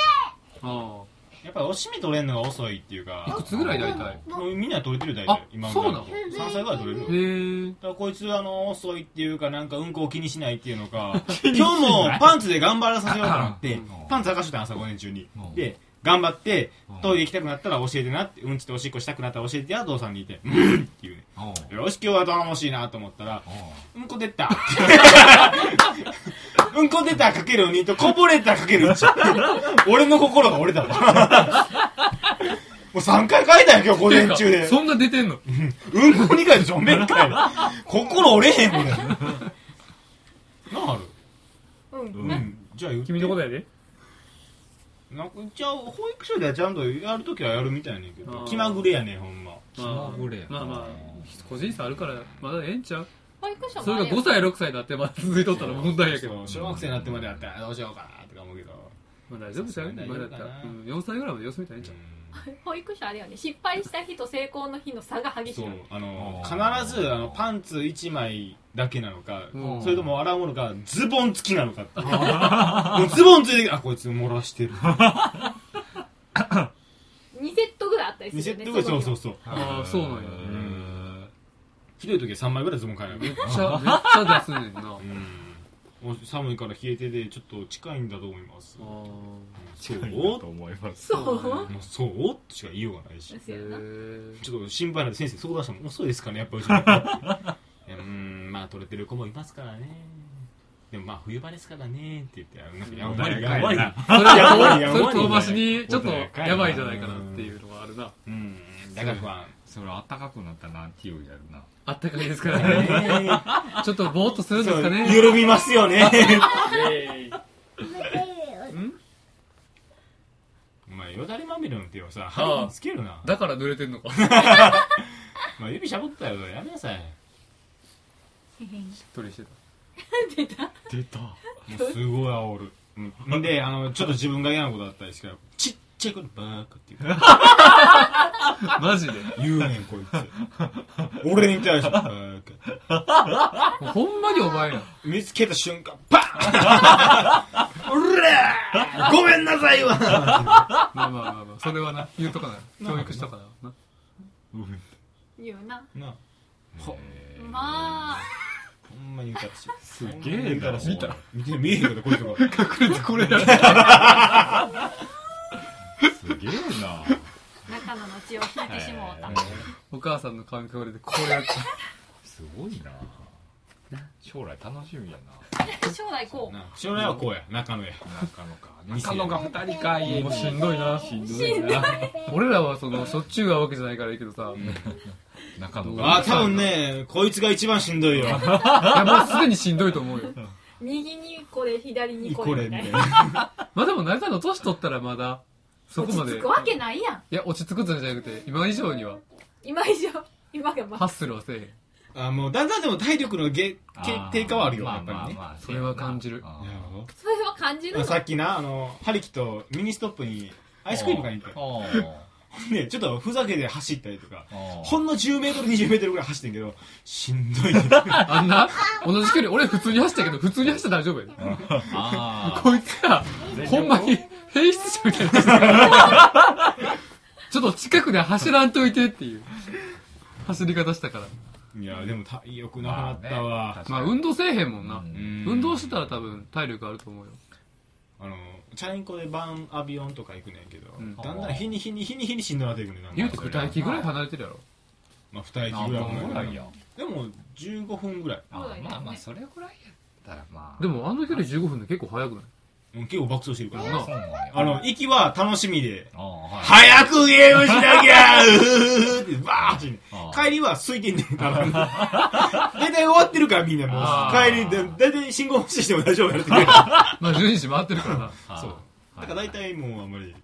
[SPEAKER 4] あ
[SPEAKER 1] やっぱりおしめ取れんのが遅いっていうか。
[SPEAKER 4] いくつぐらい大体
[SPEAKER 1] もうみんな取れてるよ大体
[SPEAKER 4] あ
[SPEAKER 1] 今
[SPEAKER 4] そうなの
[SPEAKER 1] 3歳ぐらい取れるよ
[SPEAKER 4] へえ
[SPEAKER 1] だからこいつあの遅いっていうかなんかうんこを気にしないっていうの か今日もパンツで頑張らさせようと思って
[SPEAKER 3] ん
[SPEAKER 1] パンツ探してたん朝午前中に
[SPEAKER 3] うん
[SPEAKER 1] で頑張って
[SPEAKER 3] うん
[SPEAKER 1] トイレ行きたくなったら教えてなってうんちとおしっこしたくなったら教えてや父さんにい てうんっていうね
[SPEAKER 3] おう
[SPEAKER 1] よし今日は頼もしいなと思ったらうんこ出た うんこ出たかける2とこぼれたかける1俺の心が折れたわ もう3回書いたよ今日午前中
[SPEAKER 4] て
[SPEAKER 1] で
[SPEAKER 4] かそんな出てんの
[SPEAKER 1] うんこ2回でしょんべんかい心折れへんもんなあるうんじゃあ言って
[SPEAKER 5] 君のことやで
[SPEAKER 1] なんかじゃあ保育所ではちゃんとやるときはやるみたいねんけど
[SPEAKER 4] あー
[SPEAKER 1] 気まぐれやねんほんま
[SPEAKER 4] 気
[SPEAKER 3] まぐれやな
[SPEAKER 4] まあまあ個人差あるからまだええんちゃう
[SPEAKER 2] 保育所
[SPEAKER 4] それ
[SPEAKER 2] あ
[SPEAKER 4] が
[SPEAKER 2] れ
[SPEAKER 4] 5歳6歳だってまだ続いとったら問題やけど
[SPEAKER 1] そう小学生になってまでやったらどうしようかなとか思うけど
[SPEAKER 4] まあ大丈夫じゃん
[SPEAKER 1] そう
[SPEAKER 4] 今だった
[SPEAKER 1] 大丈夫かな
[SPEAKER 4] らうん4歳ぐらいまで様子見たらええんちゃう
[SPEAKER 2] 保育所あれよね失敗した日と成功の日の差が激しい
[SPEAKER 1] そう
[SPEAKER 2] よ
[SPEAKER 1] あの
[SPEAKER 3] あー
[SPEAKER 1] 必ずあのパンツ1枚だけなのか
[SPEAKER 4] うん
[SPEAKER 1] それとも洗うものがズボン付きなのかっていうもうズボン付いてきてあこいつ漏らしてる
[SPEAKER 2] 2セットぐらいあったり
[SPEAKER 1] 2
[SPEAKER 2] す
[SPEAKER 1] セ
[SPEAKER 2] るよ
[SPEAKER 1] ッ
[SPEAKER 2] ね
[SPEAKER 1] トぐらいそうそううそう
[SPEAKER 4] ああそうなんや
[SPEAKER 1] ひどい時は3枚ぐらいズボン買えない
[SPEAKER 4] めっちゃめっちゃ出すねんなあ
[SPEAKER 1] うんもう寒いから冷えてでちょっと近いんだと思います
[SPEAKER 4] あ
[SPEAKER 1] そう
[SPEAKER 3] と思います
[SPEAKER 2] そう
[SPEAKER 1] もうそうとしか言いようがないし
[SPEAKER 2] ですよな
[SPEAKER 1] ちょっと心配なんで先生相談したもん遅いですかねやっぱうちの子いやうーんまあ取れてる子もいますからねでもまあ冬場ですからねって言ってあなんかやんわりやんわり
[SPEAKER 4] それ
[SPEAKER 1] やばいやばい
[SPEAKER 4] はそれ遠回しにちょっとやばいんじゃないかなっていうのはあるな
[SPEAKER 1] うんだからま
[SPEAKER 3] それあったかくなったらなんて言うやるな
[SPEAKER 4] あったかいですから
[SPEAKER 1] あ
[SPEAKER 4] ね
[SPEAKER 1] ね
[SPEAKER 4] ちょっとぼーっとするんですかね
[SPEAKER 1] 緩みますよねお前よだれまみれの手をさ針につけるな
[SPEAKER 4] だから濡れて んのか
[SPEAKER 1] まあ指しゃぶったよやめなさい
[SPEAKER 4] しっとりしてた
[SPEAKER 2] 出た
[SPEAKER 3] 出た
[SPEAKER 1] もうすごい煽る。うん、で、あの、ちょっと自分が嫌なことだったりしてから、ちっちゃいことばーかって言う。
[SPEAKER 4] マジでも
[SPEAKER 1] 言うねん、こいつ。俺に対して、ばーかって。
[SPEAKER 4] うほんまにお前やん
[SPEAKER 1] 見つけた瞬間、パン うれーごめんなさいわ
[SPEAKER 4] まあまあまあまあそれはな言うとかな教育したからな
[SPEAKER 2] 言うな
[SPEAKER 1] なほ
[SPEAKER 2] まあ
[SPEAKER 1] ほんまに歌ってしまう。す
[SPEAKER 3] げえな
[SPEAKER 1] 見た見て見えへんかった、こいつが。
[SPEAKER 4] 隠れてこれやる
[SPEAKER 3] すげえな
[SPEAKER 2] 中野の血を引いてしもうた
[SPEAKER 4] お母さんの顔に隠れてこれやる
[SPEAKER 3] すごいな将来楽しみやな
[SPEAKER 2] 将来こう
[SPEAKER 1] な将来はこうや中野や中野か
[SPEAKER 3] 中野が2人かい
[SPEAKER 4] もうしんどいな
[SPEAKER 2] しんどい
[SPEAKER 3] な
[SPEAKER 4] 俺らはそのしょっちゅう会うわけじゃないからいいけどさ、い
[SPEAKER 3] 中野が
[SPEAKER 1] あー多分ねこいつが一番しん どいよ
[SPEAKER 4] やもうすでにしんどいと思うよ。
[SPEAKER 5] 右にこれ左にこ
[SPEAKER 1] こ
[SPEAKER 5] れ
[SPEAKER 1] れ
[SPEAKER 5] み
[SPEAKER 1] み
[SPEAKER 5] た
[SPEAKER 1] た
[SPEAKER 5] い
[SPEAKER 1] い
[SPEAKER 5] な
[SPEAKER 1] な
[SPEAKER 4] まあでも中の年取ったらまだ、そこ
[SPEAKER 5] 落
[SPEAKER 4] ま
[SPEAKER 5] ち
[SPEAKER 4] で。
[SPEAKER 5] 着くわけないやん
[SPEAKER 4] いや、落ち着くとじゃなくて、今以上には、
[SPEAKER 5] 今以上今がま
[SPEAKER 4] ハッスルはせえへん。
[SPEAKER 1] あもうだんだんでも体力のげけ低下はあるよ
[SPEAKER 3] ま
[SPEAKER 1] やっぱりね
[SPEAKER 3] まあ
[SPEAKER 4] それは感じる
[SPEAKER 3] あ
[SPEAKER 1] なるほ
[SPEAKER 5] それは感じる
[SPEAKER 1] ど
[SPEAKER 5] の
[SPEAKER 1] さっきなあのハリキとミニストップにアイスクリーム買いに行っ
[SPEAKER 3] あ
[SPEAKER 1] てねちょっとふざけて走ったりとか
[SPEAKER 3] ああ
[SPEAKER 1] ほんの1 0メートル2 0メートルぐらい走ってんけどしんどい
[SPEAKER 4] あんな、同じ距離、俺普通に走ったけど、普通に走ったら大丈夫やで。
[SPEAKER 3] あ
[SPEAKER 4] こいつら、ほんまに、変質者みたいな。 ちょっと近くで走らんといてっていう。走り方したから。
[SPEAKER 1] いやでも体力なくな
[SPEAKER 3] まあ
[SPEAKER 1] っ
[SPEAKER 3] ね
[SPEAKER 1] たわ
[SPEAKER 4] まあ運動せえへんもんな。
[SPEAKER 3] うん
[SPEAKER 4] 運動してたら多分体力あると思うよ。
[SPEAKER 1] あのチャリンコでバンアビオンとか行くねんけど、
[SPEAKER 4] うん
[SPEAKER 1] だんだん日に日に日に日にしんどなっていくねんなんか
[SPEAKER 4] 言うて具体的ぐらい離れてるやろ。
[SPEAKER 1] まあ二駅
[SPEAKER 3] 何
[SPEAKER 1] ぐらい
[SPEAKER 3] 分ぐらいや
[SPEAKER 1] でも15分ぐらい
[SPEAKER 3] あーまあまあそれぐらいやったらまあ
[SPEAKER 4] でもあの距離15分で結構早くない
[SPEAKER 1] うん結構爆走してるか
[SPEAKER 3] あ
[SPEAKER 1] ら
[SPEAKER 3] ー
[SPEAKER 1] な
[SPEAKER 3] そうなんや
[SPEAKER 1] あの行きは楽しみで
[SPEAKER 3] あーはい
[SPEAKER 1] 早くゲームしなき ゃうふふふってバーッ走んね
[SPEAKER 3] あー
[SPEAKER 1] 帰りは空いてんねんただ大体終わってるからみんなもう
[SPEAKER 4] あー
[SPEAKER 1] 帰りだ大体信号無視しても大丈夫やろって 言うから
[SPEAKER 4] まあ12時回ってるからな。
[SPEAKER 3] あー
[SPEAKER 1] そうだから大体もうあんまり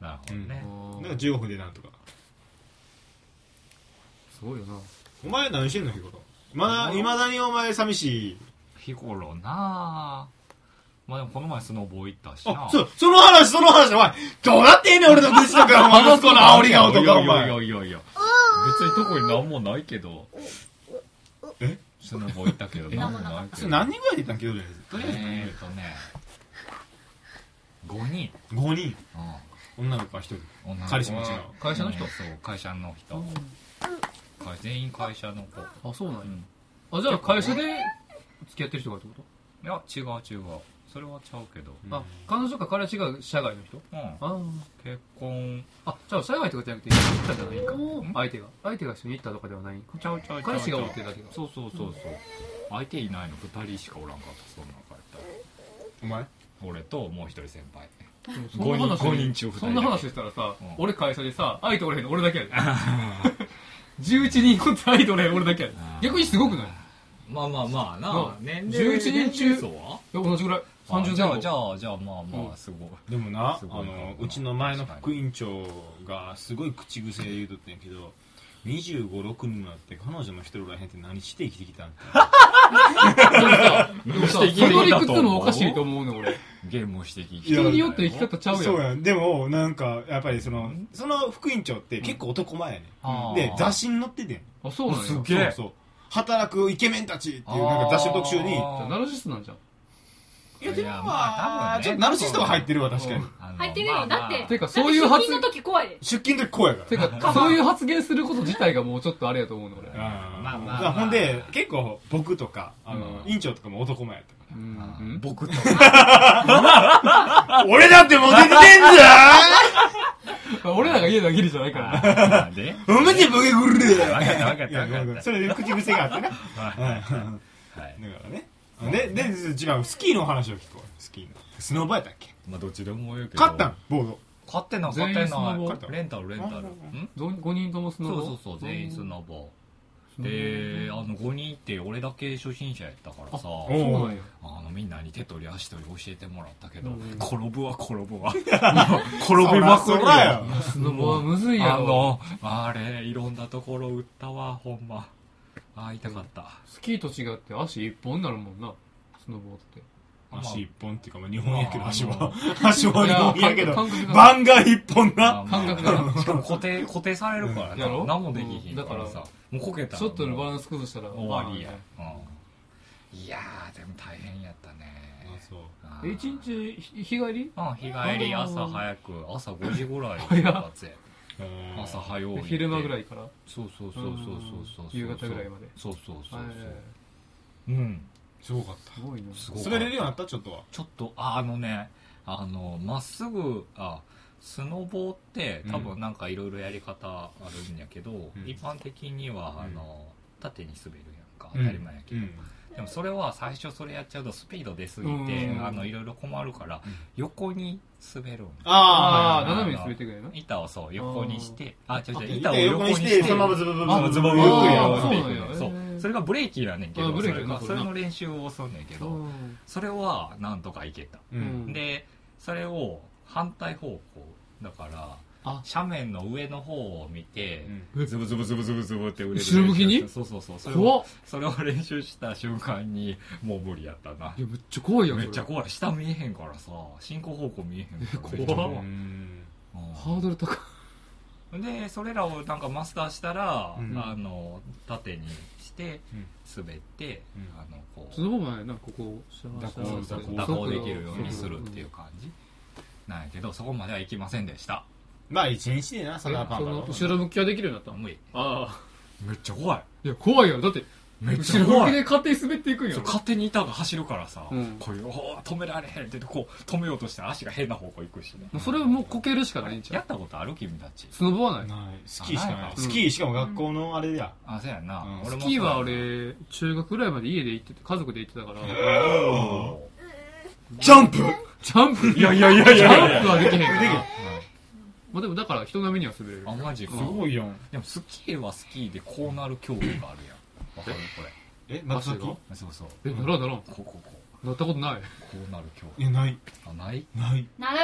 [SPEAKER 3] なるほどね
[SPEAKER 1] なん
[SPEAKER 4] おー
[SPEAKER 1] か15分でなんとか
[SPEAKER 4] すごいよな。
[SPEAKER 1] お前何してんの日頃まだいまだにお前寂しい
[SPEAKER 3] 日頃なあまあでもこの前スノボー行ったしな
[SPEAKER 1] あ、そう、その話、その話、お前、どうなってんねん、俺の弟子とか、お前、息子の煽り顔とか、お
[SPEAKER 3] いやい
[SPEAKER 1] 前。
[SPEAKER 3] やいやいや別に特になんもないけど
[SPEAKER 1] え
[SPEAKER 3] スノボ行ったけどなんもないけ
[SPEAKER 1] それ
[SPEAKER 3] ど
[SPEAKER 1] 何人ぐらいで行ったんけ、とりあ
[SPEAKER 3] とりあえずえーっとね5人
[SPEAKER 1] えず。5人。
[SPEAKER 3] うん
[SPEAKER 1] 女の子は1人。
[SPEAKER 3] 女の子は
[SPEAKER 1] 彼氏も違う
[SPEAKER 4] 会社の人
[SPEAKER 3] うんそう会社の人会全員会社の子
[SPEAKER 4] あ、そうなんや
[SPEAKER 3] う。ん
[SPEAKER 4] あ、じゃあ会社で付き合ってる人がってこ
[SPEAKER 3] いや違う違うそれはちゃうけど
[SPEAKER 1] うん
[SPEAKER 4] とあ、彼女か彼氏が社外の人
[SPEAKER 3] うん
[SPEAKER 4] あ
[SPEAKER 3] 結婚
[SPEAKER 4] あ。あ、じゃあ社外とかじゃなくて、一緒に行ったんじゃないんか
[SPEAKER 5] お。
[SPEAKER 4] 相手が。相手が一緒に行ったとかではないんか。
[SPEAKER 3] ちゃうちゃうちゃう
[SPEAKER 4] 彼氏がおってだけど
[SPEAKER 3] そうそうそうそう相手いないの2人しかおらんかったそんな中やったら
[SPEAKER 1] お前
[SPEAKER 3] 俺ともう一人先輩
[SPEAKER 4] でもそ
[SPEAKER 3] 五人
[SPEAKER 4] んな話
[SPEAKER 3] 五人中二人
[SPEAKER 4] そんな話したらさ、
[SPEAKER 3] うん
[SPEAKER 4] 俺会社でさ相手おれへんの俺だけやで 11人おって相手おれへん俺だけやで
[SPEAKER 3] あー
[SPEAKER 4] 逆にすごくない
[SPEAKER 3] まあまあまあな
[SPEAKER 4] なあ
[SPEAKER 3] 年
[SPEAKER 4] 11人中
[SPEAKER 3] 年齢層は
[SPEAKER 4] 同じぐらい
[SPEAKER 3] あ
[SPEAKER 4] 30
[SPEAKER 3] じ
[SPEAKER 4] 前
[SPEAKER 3] ゃあ
[SPEAKER 4] 後
[SPEAKER 3] じゃあじゃあまあま
[SPEAKER 4] うん
[SPEAKER 3] あすごい
[SPEAKER 1] でもな、あ
[SPEAKER 3] すごいな
[SPEAKER 1] の、うちの前の副院長が、すごい口癖で言うとってんやけど、25、6になって、彼女の一人おらへんって何して生きてきたんって。
[SPEAKER 4] でもさ
[SPEAKER 3] していけ
[SPEAKER 4] そ
[SPEAKER 3] る
[SPEAKER 4] の
[SPEAKER 3] ん
[SPEAKER 4] 理
[SPEAKER 3] だと
[SPEAKER 4] 屈
[SPEAKER 3] 思う
[SPEAKER 4] もおかしいと思うの俺
[SPEAKER 3] ゲームをして生き
[SPEAKER 1] いや
[SPEAKER 4] 人によって生き方ちゃうやん
[SPEAKER 1] そうやん。でも、なんか、やっぱりその、その副院長って結構男前やねん。で、雑
[SPEAKER 3] 誌
[SPEAKER 1] 誌に載っててん。
[SPEAKER 4] あそうなんや
[SPEAKER 3] す
[SPEAKER 4] じ
[SPEAKER 3] げえ
[SPEAKER 1] そうそう。働くイケメンたちっていう、なんか雑誌の特集に、
[SPEAKER 4] ゃあナルシストなんじゃん
[SPEAKER 1] いや、でもまあ、
[SPEAKER 3] まあ多
[SPEAKER 1] ち
[SPEAKER 3] 分ね
[SPEAKER 1] ょっとナルシストが入ってるわ、確かに
[SPEAKER 4] う。ん
[SPEAKER 2] 入ってるよだって
[SPEAKER 4] てかそういう発
[SPEAKER 5] 出勤の時怖いで
[SPEAKER 1] 出勤の時こうやか
[SPEAKER 4] て かそういう発言すること自体がもうちょっとあれやと思うの俺
[SPEAKER 1] ら。うん
[SPEAKER 3] まあまあ
[SPEAKER 1] だからほんで、結構僕とか、あの、
[SPEAKER 3] うん
[SPEAKER 1] 院長とかも男前やった
[SPEAKER 4] うんうん
[SPEAKER 3] 僕と
[SPEAKER 1] から。俺だってモテてんじ
[SPEAKER 4] まあ俺らが家だけじゃないからな
[SPEAKER 3] かで
[SPEAKER 1] ゃんおめでボケくるで
[SPEAKER 3] 分かった分かっ
[SPEAKER 1] い
[SPEAKER 3] た
[SPEAKER 1] や、ごめ
[SPEAKER 3] 分
[SPEAKER 1] んご
[SPEAKER 3] か
[SPEAKER 1] め
[SPEAKER 3] っ
[SPEAKER 1] んそれで口癖があってね。
[SPEAKER 3] たはい
[SPEAKER 1] うん
[SPEAKER 3] はい
[SPEAKER 1] だからね。で、で、違う、スキーの話を聞こう。スキーの。スノーボーやったっけ
[SPEAKER 3] まあどっちでも言うけど
[SPEAKER 1] 勝ったんボード。
[SPEAKER 3] 買ってない買って
[SPEAKER 4] 全
[SPEAKER 3] ない
[SPEAKER 4] 員スノボ
[SPEAKER 3] 買ってないレンタルレンタ
[SPEAKER 1] あ
[SPEAKER 3] ルん
[SPEAKER 4] 5人ともス
[SPEAKER 3] そ
[SPEAKER 4] ノボ
[SPEAKER 3] うそうそう全員スノボであの5人って俺だけ初心者やったからさ
[SPEAKER 1] お
[SPEAKER 4] そうなんや
[SPEAKER 3] あのみんなに手取り足取り教えてもらったけど、
[SPEAKER 4] うん
[SPEAKER 3] 転ぶわ転ぶわ転びまく
[SPEAKER 1] そ
[SPEAKER 3] り
[SPEAKER 1] らや
[SPEAKER 3] よ
[SPEAKER 4] スノボはむ ずいや
[SPEAKER 3] あ
[SPEAKER 4] ろ
[SPEAKER 3] のあれいろんなところ打ったわほんまあー痛かった、
[SPEAKER 4] スキーと違って足一本になるもんなスノボーって
[SPEAKER 1] 足一本っていうか、まあ、日本やけど、
[SPEAKER 3] まあ
[SPEAKER 1] 足
[SPEAKER 3] ま
[SPEAKER 1] は。足は日本やけど
[SPEAKER 4] 感覚、が
[SPEAKER 1] 番が一本
[SPEAKER 3] まあ
[SPEAKER 1] な。
[SPEAKER 3] まあ
[SPEAKER 4] 感覚が
[SPEAKER 3] しかも固定固定されるから
[SPEAKER 4] やろ
[SPEAKER 3] な何もできひんから
[SPEAKER 4] うんだ
[SPEAKER 3] さ
[SPEAKER 4] か
[SPEAKER 3] もうこけたら
[SPEAKER 4] ちょっとのバラ
[SPEAKER 3] も
[SPEAKER 4] ンス崩したら
[SPEAKER 3] う終わりや
[SPEAKER 4] ま、
[SPEAKER 3] うん、いやーでも大変やったね
[SPEAKER 1] あそう
[SPEAKER 3] あ
[SPEAKER 4] あね
[SPEAKER 3] ー
[SPEAKER 4] え一日ひ日帰り
[SPEAKER 3] うん日帰り朝早く朝5時ぐらい
[SPEAKER 4] 早っ
[SPEAKER 3] 出発や
[SPEAKER 1] うん
[SPEAKER 3] 朝早う行って
[SPEAKER 4] 昼間ぐらいから
[SPEAKER 3] そうそうそうそうそうそう
[SPEAKER 4] 夕方ぐらいまで
[SPEAKER 3] そうそうそうそう、
[SPEAKER 4] え
[SPEAKER 3] うん
[SPEAKER 1] すごかった
[SPEAKER 4] ーすごいな
[SPEAKER 3] すごい
[SPEAKER 1] 滑れるようになったちょっとは
[SPEAKER 3] ちょっとああのねあのまっすぐあスノボーって多
[SPEAKER 1] う
[SPEAKER 3] 分なんかいろいろやり方あるんやけど、
[SPEAKER 1] ん
[SPEAKER 3] 一般的には、
[SPEAKER 1] うん
[SPEAKER 3] あの縦に滑るやんか
[SPEAKER 1] うん
[SPEAKER 3] 当たり前やけど、でもそれは最初それやっちゃうとスピード出すぎ
[SPEAKER 4] う
[SPEAKER 3] て
[SPEAKER 4] ん
[SPEAKER 3] あのいろいろ困るから
[SPEAKER 1] うん
[SPEAKER 3] 横に滑るん
[SPEAKER 1] あ
[SPEAKER 4] ああ、
[SPEAKER 1] あ、
[SPEAKER 4] 斜めに滑ってくれるの
[SPEAKER 3] 板をそう横にしてあ違う違う板
[SPEAKER 1] 板
[SPEAKER 3] を
[SPEAKER 1] を
[SPEAKER 3] 横
[SPEAKER 1] 横
[SPEAKER 3] に
[SPEAKER 1] に
[SPEAKER 3] して
[SPEAKER 1] して、
[SPEAKER 3] そ
[SPEAKER 1] その
[SPEAKER 3] の
[SPEAKER 1] ま
[SPEAKER 3] まま
[SPEAKER 1] ま
[SPEAKER 3] ズ
[SPEAKER 1] ズブズブズ
[SPEAKER 3] ブズブあズブ
[SPEAKER 1] ブ
[SPEAKER 3] ズブ
[SPEAKER 1] ゆっくりやろう
[SPEAKER 4] あー
[SPEAKER 1] っ
[SPEAKER 4] そう
[SPEAKER 1] て
[SPEAKER 4] ないん
[SPEAKER 1] う
[SPEAKER 4] や
[SPEAKER 3] そう
[SPEAKER 4] へー
[SPEAKER 3] それがブレーキやねんけ
[SPEAKER 4] あ
[SPEAKER 3] ど
[SPEAKER 4] ブ
[SPEAKER 3] そ
[SPEAKER 4] レーキ
[SPEAKER 3] れ
[SPEAKER 4] な
[SPEAKER 3] がそれの練習をすんねんけ
[SPEAKER 4] う
[SPEAKER 3] ど
[SPEAKER 4] ん
[SPEAKER 3] それはなんとかいけた
[SPEAKER 1] うん。
[SPEAKER 3] でそれを反対方向だから
[SPEAKER 4] あ
[SPEAKER 3] 斜面の上の方を見て、
[SPEAKER 4] うん
[SPEAKER 3] ズブズブズブズブズブって売れる
[SPEAKER 4] 後ろ向きに
[SPEAKER 3] そうそうそうそれ
[SPEAKER 4] 怖
[SPEAKER 3] を
[SPEAKER 4] っ
[SPEAKER 3] それを練習した瞬間にもう無理やったない
[SPEAKER 4] や、めっちゃ怖いやん。
[SPEAKER 3] めっちゃ
[SPEAKER 4] それ
[SPEAKER 3] 怖い下見えへんからさ進行方向見えへんからめっちゃ
[SPEAKER 4] 怖っ
[SPEAKER 1] う
[SPEAKER 3] い
[SPEAKER 1] ん
[SPEAKER 3] うん
[SPEAKER 4] ハードル高い。
[SPEAKER 3] でそれらをなんかマスターしたら、
[SPEAKER 1] うん
[SPEAKER 3] あの縦にして
[SPEAKER 1] うん
[SPEAKER 3] 滑って、
[SPEAKER 1] うん
[SPEAKER 3] あのこ
[SPEAKER 4] ス
[SPEAKER 3] う
[SPEAKER 4] ノボマンやな、ここ。
[SPEAKER 3] 蛇行
[SPEAKER 1] 蛇行
[SPEAKER 3] 蛇行できるようにするっていう感じなんやけどそこまではいきませんでした
[SPEAKER 1] まあ、一日でな、そ
[SPEAKER 4] そ
[SPEAKER 1] んな
[SPEAKER 4] の
[SPEAKER 1] パンパン。
[SPEAKER 4] 後ろ向きはできるようになった
[SPEAKER 3] 無理
[SPEAKER 4] ああ。
[SPEAKER 3] めっちゃ怖い
[SPEAKER 4] いや、怖いやろ。だって、
[SPEAKER 3] めっ
[SPEAKER 4] 後
[SPEAKER 3] ちゃ
[SPEAKER 4] ろ向
[SPEAKER 3] 怖
[SPEAKER 4] き
[SPEAKER 3] い
[SPEAKER 4] で勝手に滑っていくんや
[SPEAKER 3] そう
[SPEAKER 4] ろ。
[SPEAKER 3] 勝手に板が走るからさ、
[SPEAKER 4] うん
[SPEAKER 3] こういう「おー止められへん」って言ってこう止めようとしたら足が変な方向行くしね
[SPEAKER 4] もうそれはもうこけるしかないんち
[SPEAKER 3] や
[SPEAKER 4] ゃう
[SPEAKER 3] ったことある君たち
[SPEAKER 4] スノボはない。
[SPEAKER 1] ないスキーしかな
[SPEAKER 3] あ
[SPEAKER 1] い。
[SPEAKER 4] うん
[SPEAKER 1] スキーしかも学校のあれだよ。
[SPEAKER 3] あそうやんな、
[SPEAKER 1] うん
[SPEAKER 3] 俺も
[SPEAKER 4] スキーは
[SPEAKER 3] そうや
[SPEAKER 4] 俺、中学ぐらいまで家で行ってて、家族で行ってたから、
[SPEAKER 3] な
[SPEAKER 1] ジ
[SPEAKER 3] お
[SPEAKER 1] ャンプ
[SPEAKER 4] ジャンプ、
[SPEAKER 3] ーいやいやいやい
[SPEAKER 4] ジ
[SPEAKER 3] やい
[SPEAKER 4] ャン
[SPEAKER 3] や
[SPEAKER 4] プはできへんから
[SPEAKER 1] できへん
[SPEAKER 4] まあでもだから人並みには滑れる
[SPEAKER 3] あ。マジか
[SPEAKER 1] すごいやん。
[SPEAKER 3] でもスキーはスキーでこうなる競技があるやんわかるこれ
[SPEAKER 1] え、松
[SPEAKER 4] マジ
[SPEAKER 1] 崎
[SPEAKER 4] よ
[SPEAKER 3] そうそう
[SPEAKER 4] え、ならんならん。
[SPEAKER 3] こうこうこ
[SPEAKER 4] なったことない。
[SPEAKER 3] うこうなる競
[SPEAKER 1] い
[SPEAKER 3] 技
[SPEAKER 1] や、ない。
[SPEAKER 3] あない
[SPEAKER 1] ない。
[SPEAKER 2] なる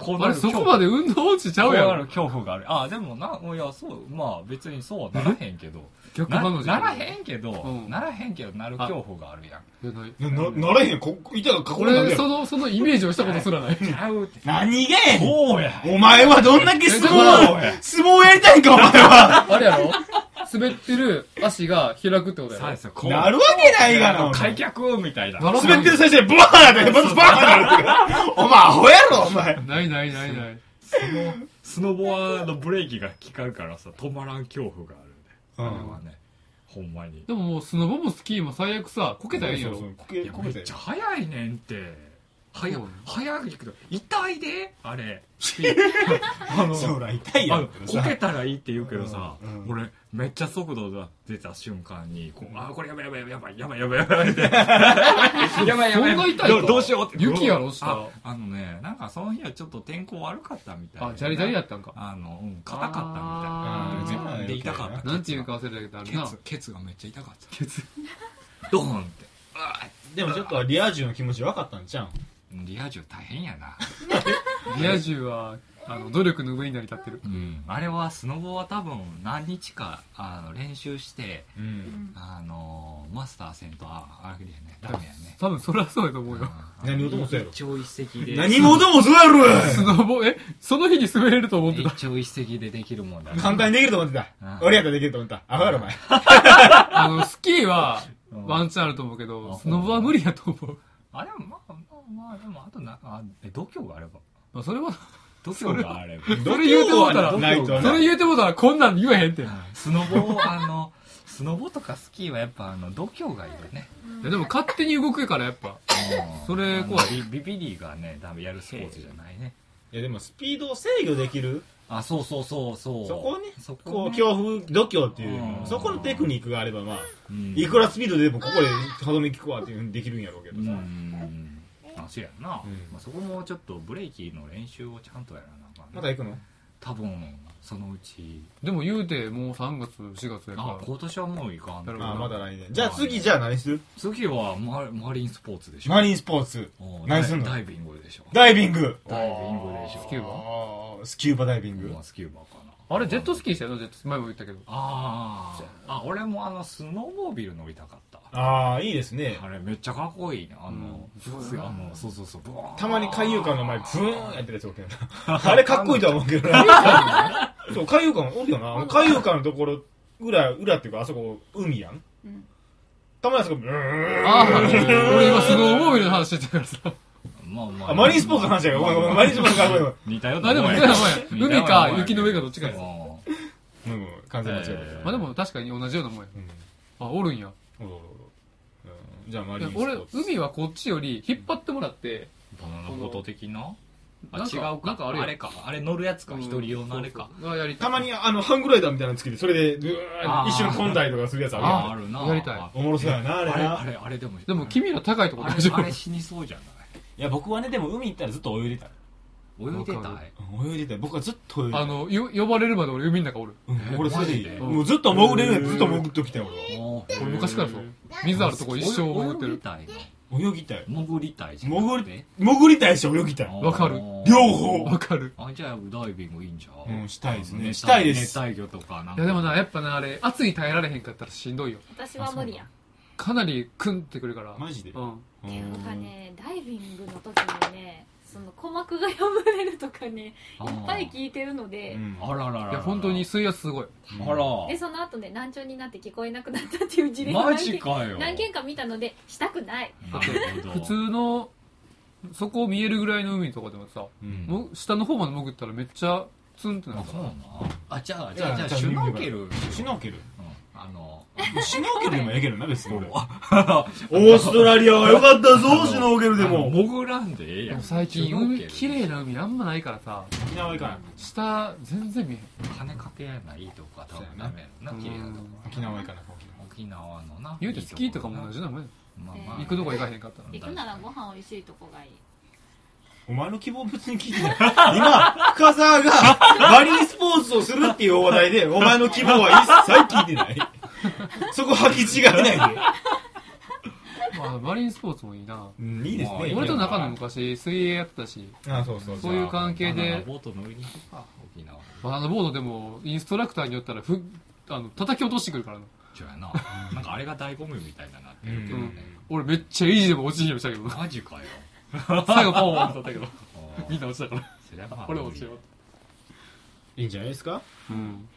[SPEAKER 3] こう
[SPEAKER 4] あれ、そこまで運動音痴ちゃうや
[SPEAKER 3] こうな
[SPEAKER 4] ろ
[SPEAKER 3] る。恐怖があるあでもないやそうまあ別にそうはならへんけど
[SPEAKER 4] 逆
[SPEAKER 3] な
[SPEAKER 4] 反応じゃ
[SPEAKER 3] なら
[SPEAKER 4] ん。
[SPEAKER 3] へんけど、
[SPEAKER 4] うん
[SPEAKER 3] ならへんけどなる恐怖があるやん
[SPEAKER 4] いやない
[SPEAKER 1] いやな、なれへん。こ、いたら囲れなんだ
[SPEAKER 4] 俺、そ
[SPEAKER 1] よ。
[SPEAKER 4] の、そのイメージをしたことすらない。
[SPEAKER 3] ちゃうって
[SPEAKER 1] 何がやん
[SPEAKER 3] こうや
[SPEAKER 1] お前はどんだけ相撲を
[SPEAKER 3] え、
[SPEAKER 1] 相撲をやりたいんか、お前は。
[SPEAKER 4] あれやろ滑ってる足が開くってことや
[SPEAKER 3] さ
[SPEAKER 4] ろ
[SPEAKER 3] あさこう
[SPEAKER 1] なるわけないがな。お前
[SPEAKER 3] 開脚みたいな
[SPEAKER 4] ならん
[SPEAKER 1] 滑ってる先生、ブワーって、まずバーってなるって。お前、アホやろ、お前。
[SPEAKER 4] ないないないない。
[SPEAKER 3] そのスノボアのブレーキが効かるからさ止まらん恐怖があるね
[SPEAKER 1] う
[SPEAKER 3] あれはねほんまに
[SPEAKER 4] でももうスノボもスキーも最悪さ、こけたらいいやろ。
[SPEAKER 1] こけ
[SPEAKER 3] いやめっ
[SPEAKER 1] こけ
[SPEAKER 3] ち
[SPEAKER 1] た
[SPEAKER 3] ゃ
[SPEAKER 1] よ
[SPEAKER 3] 早いねんって早
[SPEAKER 4] そう
[SPEAKER 3] 早いけど痛いであれあの
[SPEAKER 1] 将来痛いや
[SPEAKER 3] あ
[SPEAKER 1] ろ
[SPEAKER 3] の
[SPEAKER 1] うけど
[SPEAKER 3] こ
[SPEAKER 1] さ
[SPEAKER 3] けたらいいって言うけどさ、
[SPEAKER 1] うんうん
[SPEAKER 3] 俺めっちゃ速度が出た瞬間にこうあーこれやばいやばいやばいやばいやばいやばいやばいって
[SPEAKER 4] やばい やばい。そんな痛い
[SPEAKER 3] ど
[SPEAKER 4] か
[SPEAKER 3] うどうしようって
[SPEAKER 4] 雪やろ下
[SPEAKER 3] ああのねなんかその日はちょっと天候悪かったみたい
[SPEAKER 4] あ、ジャリジャリやったんか。
[SPEAKER 3] あのうん硬か
[SPEAKER 4] あ
[SPEAKER 3] ったみたいな
[SPEAKER 1] ー
[SPEAKER 3] で痛かった
[SPEAKER 4] なんていうか忘れたけどある
[SPEAKER 3] ケ
[SPEAKER 4] な。
[SPEAKER 3] ツケツがめっちゃ痛かったケツドーンってあ
[SPEAKER 1] でもちょっとリア充の気持ち分かったんじゃん
[SPEAKER 3] ーリア充大変やな
[SPEAKER 4] リア充は、あの、努力の上に成り立ってる。
[SPEAKER 3] うん、あれはスノボは多分何日かあの練習して、
[SPEAKER 1] うん
[SPEAKER 3] あのマスターせんとああれだよねダメやね
[SPEAKER 4] 多分そりゃそうやと思うよ。
[SPEAKER 1] 何事もそうやろ
[SPEAKER 3] 一朝一夕で
[SPEAKER 1] 何事もそうや
[SPEAKER 4] ス
[SPEAKER 1] ろ
[SPEAKER 4] ノボ、え、その日に滑れると思って
[SPEAKER 3] 一
[SPEAKER 4] た。
[SPEAKER 3] 朝一夕でできるもんだ
[SPEAKER 1] 簡単にできると思って
[SPEAKER 3] うん
[SPEAKER 1] た俺やったらできると思ったアホやろお前
[SPEAKER 4] あの、スキーは、
[SPEAKER 3] うん
[SPEAKER 4] ワンチャンあると思うけど、
[SPEAKER 3] あ
[SPEAKER 4] スノボは無理やと思う。
[SPEAKER 3] あでもまあまあ、まあ、でもあとなあえ度胸があれば
[SPEAKER 4] まあ、それは、
[SPEAKER 3] 度胸があれば
[SPEAKER 4] それ言うてもうたら
[SPEAKER 1] 度胸はないとは
[SPEAKER 4] それ言うてもうたらこんなん言えへんって。い
[SPEAKER 3] うんスノボをあのスノボとかスキーはやっぱあの度胸がいるね
[SPEAKER 4] や、でも勝手に動くからやっぱ。
[SPEAKER 3] うん
[SPEAKER 4] それ怖い
[SPEAKER 3] あのビビリがね多分やるスポーツじゃないね
[SPEAKER 1] いやでもスピードを制御できる
[SPEAKER 3] あそうそうそうそう
[SPEAKER 1] そこをね
[SPEAKER 3] そこ
[SPEAKER 1] こう
[SPEAKER 3] ね
[SPEAKER 1] 恐怖度胸っていう
[SPEAKER 3] うん
[SPEAKER 1] そこのテクニックがあればまあ
[SPEAKER 3] うん
[SPEAKER 1] いくらスピードでもここで歯止め効くわっていうふうにできるんやろうけ
[SPEAKER 3] う
[SPEAKER 1] どさ
[SPEAKER 3] んあそうやんな、
[SPEAKER 1] うん
[SPEAKER 3] まあ、そこもちょっとブレーキの練習をちゃんとやらなあかんね
[SPEAKER 1] また行くの
[SPEAKER 3] 多分そのうち
[SPEAKER 4] でも言うて、もう3月、4月や
[SPEAKER 3] あ
[SPEAKER 4] から。
[SPEAKER 3] 今年はもういかん
[SPEAKER 4] なるほど
[SPEAKER 1] あまだ来年じゃあ次じゃあ何する
[SPEAKER 3] 次はママリンスポーツでしょ
[SPEAKER 1] マリンスポーツ
[SPEAKER 3] お
[SPEAKER 1] 何すんの
[SPEAKER 3] ダイダイビングでしょ
[SPEAKER 1] ダイビング
[SPEAKER 3] ダイビングでしょ
[SPEAKER 4] スキューバ
[SPEAKER 1] あースキューバダイビング
[SPEAKER 3] まあスキューバかな
[SPEAKER 4] あれ、ジェットスキーしたよな、ジェットスキー。前も言ったけど。
[SPEAKER 3] あああ俺もあのスノーモービル乗りたかった
[SPEAKER 1] ああいいですね
[SPEAKER 3] あれめっちゃかっこいいねあの、
[SPEAKER 4] うん
[SPEAKER 3] すあのそうそうそうブワーン
[SPEAKER 1] たまに海遊館の前ブーンやってるやつおけどなあれかっこいいとは思うけどなそう海遊館おるよな海遊館のところ裏裏っていうかあそこ海やん
[SPEAKER 2] うん
[SPEAKER 1] たまにあそこブーン
[SPEAKER 4] ああ、俺今スノーモービルの話してたからさ。
[SPEAKER 3] まあまあ
[SPEAKER 1] あマリンスポーツの話やからごめんごめんマリンスポーツからごめんご
[SPEAKER 3] 似たよう
[SPEAKER 4] あ、でも、
[SPEAKER 3] もん
[SPEAKER 4] そう
[SPEAKER 3] や
[SPEAKER 4] やお
[SPEAKER 3] 似
[SPEAKER 4] 前
[SPEAKER 3] たよ
[SPEAKER 4] 海
[SPEAKER 3] うな
[SPEAKER 4] か
[SPEAKER 3] もんや
[SPEAKER 4] 雪の上かどっちかや
[SPEAKER 3] う
[SPEAKER 4] さ。
[SPEAKER 3] ん
[SPEAKER 1] めんうんうん完全に間違え
[SPEAKER 3] え
[SPEAKER 4] まあでも確かに同じようなもんや。あ、おるんや。
[SPEAKER 1] たうんおうおうおううんじゃあマ
[SPEAKER 4] い
[SPEAKER 1] リン
[SPEAKER 4] や
[SPEAKER 1] スポ
[SPEAKER 4] 俺
[SPEAKER 1] ー、ツ
[SPEAKER 4] 海はこっちより引っ張ってもらって、
[SPEAKER 3] バナナボート的なあ
[SPEAKER 4] なん
[SPEAKER 3] 違
[SPEAKER 4] か
[SPEAKER 3] うか
[SPEAKER 4] なんかあ
[SPEAKER 3] あ
[SPEAKER 4] る
[SPEAKER 3] れ
[SPEAKER 4] やん
[SPEAKER 3] かあれ乗るやつか
[SPEAKER 4] うん
[SPEAKER 3] 一人用のあれか
[SPEAKER 4] そうそうあやりい
[SPEAKER 1] たまにあの、ハングライダーみたいなのつけて、それで、ぐー
[SPEAKER 3] あー
[SPEAKER 1] 一瞬飛んだりとかするやつあるや
[SPEAKER 3] あ
[SPEAKER 1] ん
[SPEAKER 3] あるな
[SPEAKER 4] やりたい
[SPEAKER 3] あ
[SPEAKER 1] おもろそうやな、あ
[SPEAKER 3] あ
[SPEAKER 1] れ
[SPEAKER 3] れあ
[SPEAKER 1] な。
[SPEAKER 3] れあれでも
[SPEAKER 4] でも君ら高いとこ
[SPEAKER 3] あ
[SPEAKER 4] 大丈
[SPEAKER 3] れ
[SPEAKER 4] 夫
[SPEAKER 3] あれ死にそうじゃない
[SPEAKER 6] や、僕はね、でも海行ったらずっと泳いでた。
[SPEAKER 3] い泳いでた
[SPEAKER 4] わか
[SPEAKER 3] い
[SPEAKER 1] 泳いでたよ。僕はずっと泳いでた。
[SPEAKER 4] あ、のよ呼ばれるまで俺海の中おる
[SPEAKER 1] うん、俺それでいい。
[SPEAKER 3] マジで
[SPEAKER 1] もうずっと潜れるやつ、ずっと潜っときたよ、
[SPEAKER 3] もう
[SPEAKER 4] 俺昔からそう水あるとこ一生潜って
[SPEAKER 3] 泳ぎ
[SPEAKER 4] る
[SPEAKER 3] たい
[SPEAKER 1] 俺は。泳ぎたい。
[SPEAKER 3] の潜りたいじゃん
[SPEAKER 1] 潜り、潜りたいし、泳ぎたい。
[SPEAKER 4] わかる
[SPEAKER 1] 両方
[SPEAKER 4] わかる
[SPEAKER 3] あじゃあダイビングいいんじゃ
[SPEAKER 1] うん、したいですね。
[SPEAKER 3] 熱
[SPEAKER 1] したいです。
[SPEAKER 3] 熱帯魚とかなんか
[SPEAKER 4] いやでもなやっぱなあれ暑い耐えられへんかったらしんどいよ
[SPEAKER 5] 私は無理や。
[SPEAKER 4] かなりクンってくるから
[SPEAKER 1] マジで
[SPEAKER 4] う。ん
[SPEAKER 5] っていうかね、ダイビングの時にね、その鼓膜が破れるとかね、
[SPEAKER 3] あ
[SPEAKER 5] い
[SPEAKER 3] ー
[SPEAKER 5] っぱい聞いてるので
[SPEAKER 1] う、ん
[SPEAKER 3] あらららら
[SPEAKER 4] いや本当に水圧すごい
[SPEAKER 3] あら
[SPEAKER 5] で、その後ね、難聴になって聞こえなくなったっていう事例を
[SPEAKER 3] マ
[SPEAKER 5] 何
[SPEAKER 3] ジ
[SPEAKER 5] 件
[SPEAKER 3] かよ
[SPEAKER 5] 何件か見たので、したくない。
[SPEAKER 3] なるほど
[SPEAKER 4] 普通のそこ見えるぐらいの海とかでもさ
[SPEAKER 1] うん
[SPEAKER 4] も下の方まで潜ったらめっちゃツンってな
[SPEAKER 3] あ
[SPEAKER 4] るか
[SPEAKER 3] そう
[SPEAKER 4] ら
[SPEAKER 3] なのあじゃあじゃあ
[SPEAKER 1] い
[SPEAKER 3] じゃ
[SPEAKER 1] や
[SPEAKER 3] あシュノーケルうん
[SPEAKER 1] シュノーケル。
[SPEAKER 3] あの
[SPEAKER 1] シュノーケルでもええけどな、別に俺。オ
[SPEAKER 6] オーストラリアが良かったぞ
[SPEAKER 3] シュ
[SPEAKER 6] ノーケル
[SPEAKER 3] あの潜らんでええ
[SPEAKER 4] で
[SPEAKER 3] や
[SPEAKER 4] も
[SPEAKER 3] ん
[SPEAKER 4] 最近
[SPEAKER 3] シュノーケ
[SPEAKER 4] 海
[SPEAKER 3] ル
[SPEAKER 4] 綺麗な海あんまないからさ
[SPEAKER 1] 沖縄行かない。
[SPEAKER 4] 下全然見え
[SPEAKER 3] 金かけやないとか多分ダメやろ
[SPEAKER 4] へ
[SPEAKER 3] なん綺麗なとこ
[SPEAKER 4] うん
[SPEAKER 1] 沖縄行かない。
[SPEAKER 3] 沖縄のな
[SPEAKER 4] 言うてスキーとかも同じなもんや
[SPEAKER 3] まあまあ
[SPEAKER 4] 行くとこ行かへんかったら
[SPEAKER 2] 行くならご飯美味しいとこがいい
[SPEAKER 1] お前の希望別に聞いてない。今、深沢がマリンスポーツをするっていう話題で、お前の希望は一切聞いてない。そこ履き違えないで。
[SPEAKER 4] まあマリンスポーツもいいな
[SPEAKER 1] うん、いいです
[SPEAKER 3] まあいい
[SPEAKER 1] ね。
[SPEAKER 3] ね
[SPEAKER 4] 俺と中野昔水泳やってたし
[SPEAKER 1] あ、そうそう
[SPEAKER 4] そういう関係で
[SPEAKER 3] バナナボート乗りに行くか沖 縄
[SPEAKER 4] バナナボードでもインストラクターによったらふあの叩き落としてくるからな
[SPEAKER 3] じゃあななんかあれが醍醐味みたいななってるけどね
[SPEAKER 4] 俺めっちゃ意地でも落ちひんようにしたけど な
[SPEAKER 3] マジかよ
[SPEAKER 4] 最後パオーンとったけど
[SPEAKER 3] あ
[SPEAKER 4] み
[SPEAKER 3] ー
[SPEAKER 4] んな落ちたから
[SPEAKER 3] そりゃまあ
[SPEAKER 4] 俺落ちよう
[SPEAKER 1] いいんじゃないですか
[SPEAKER 4] うん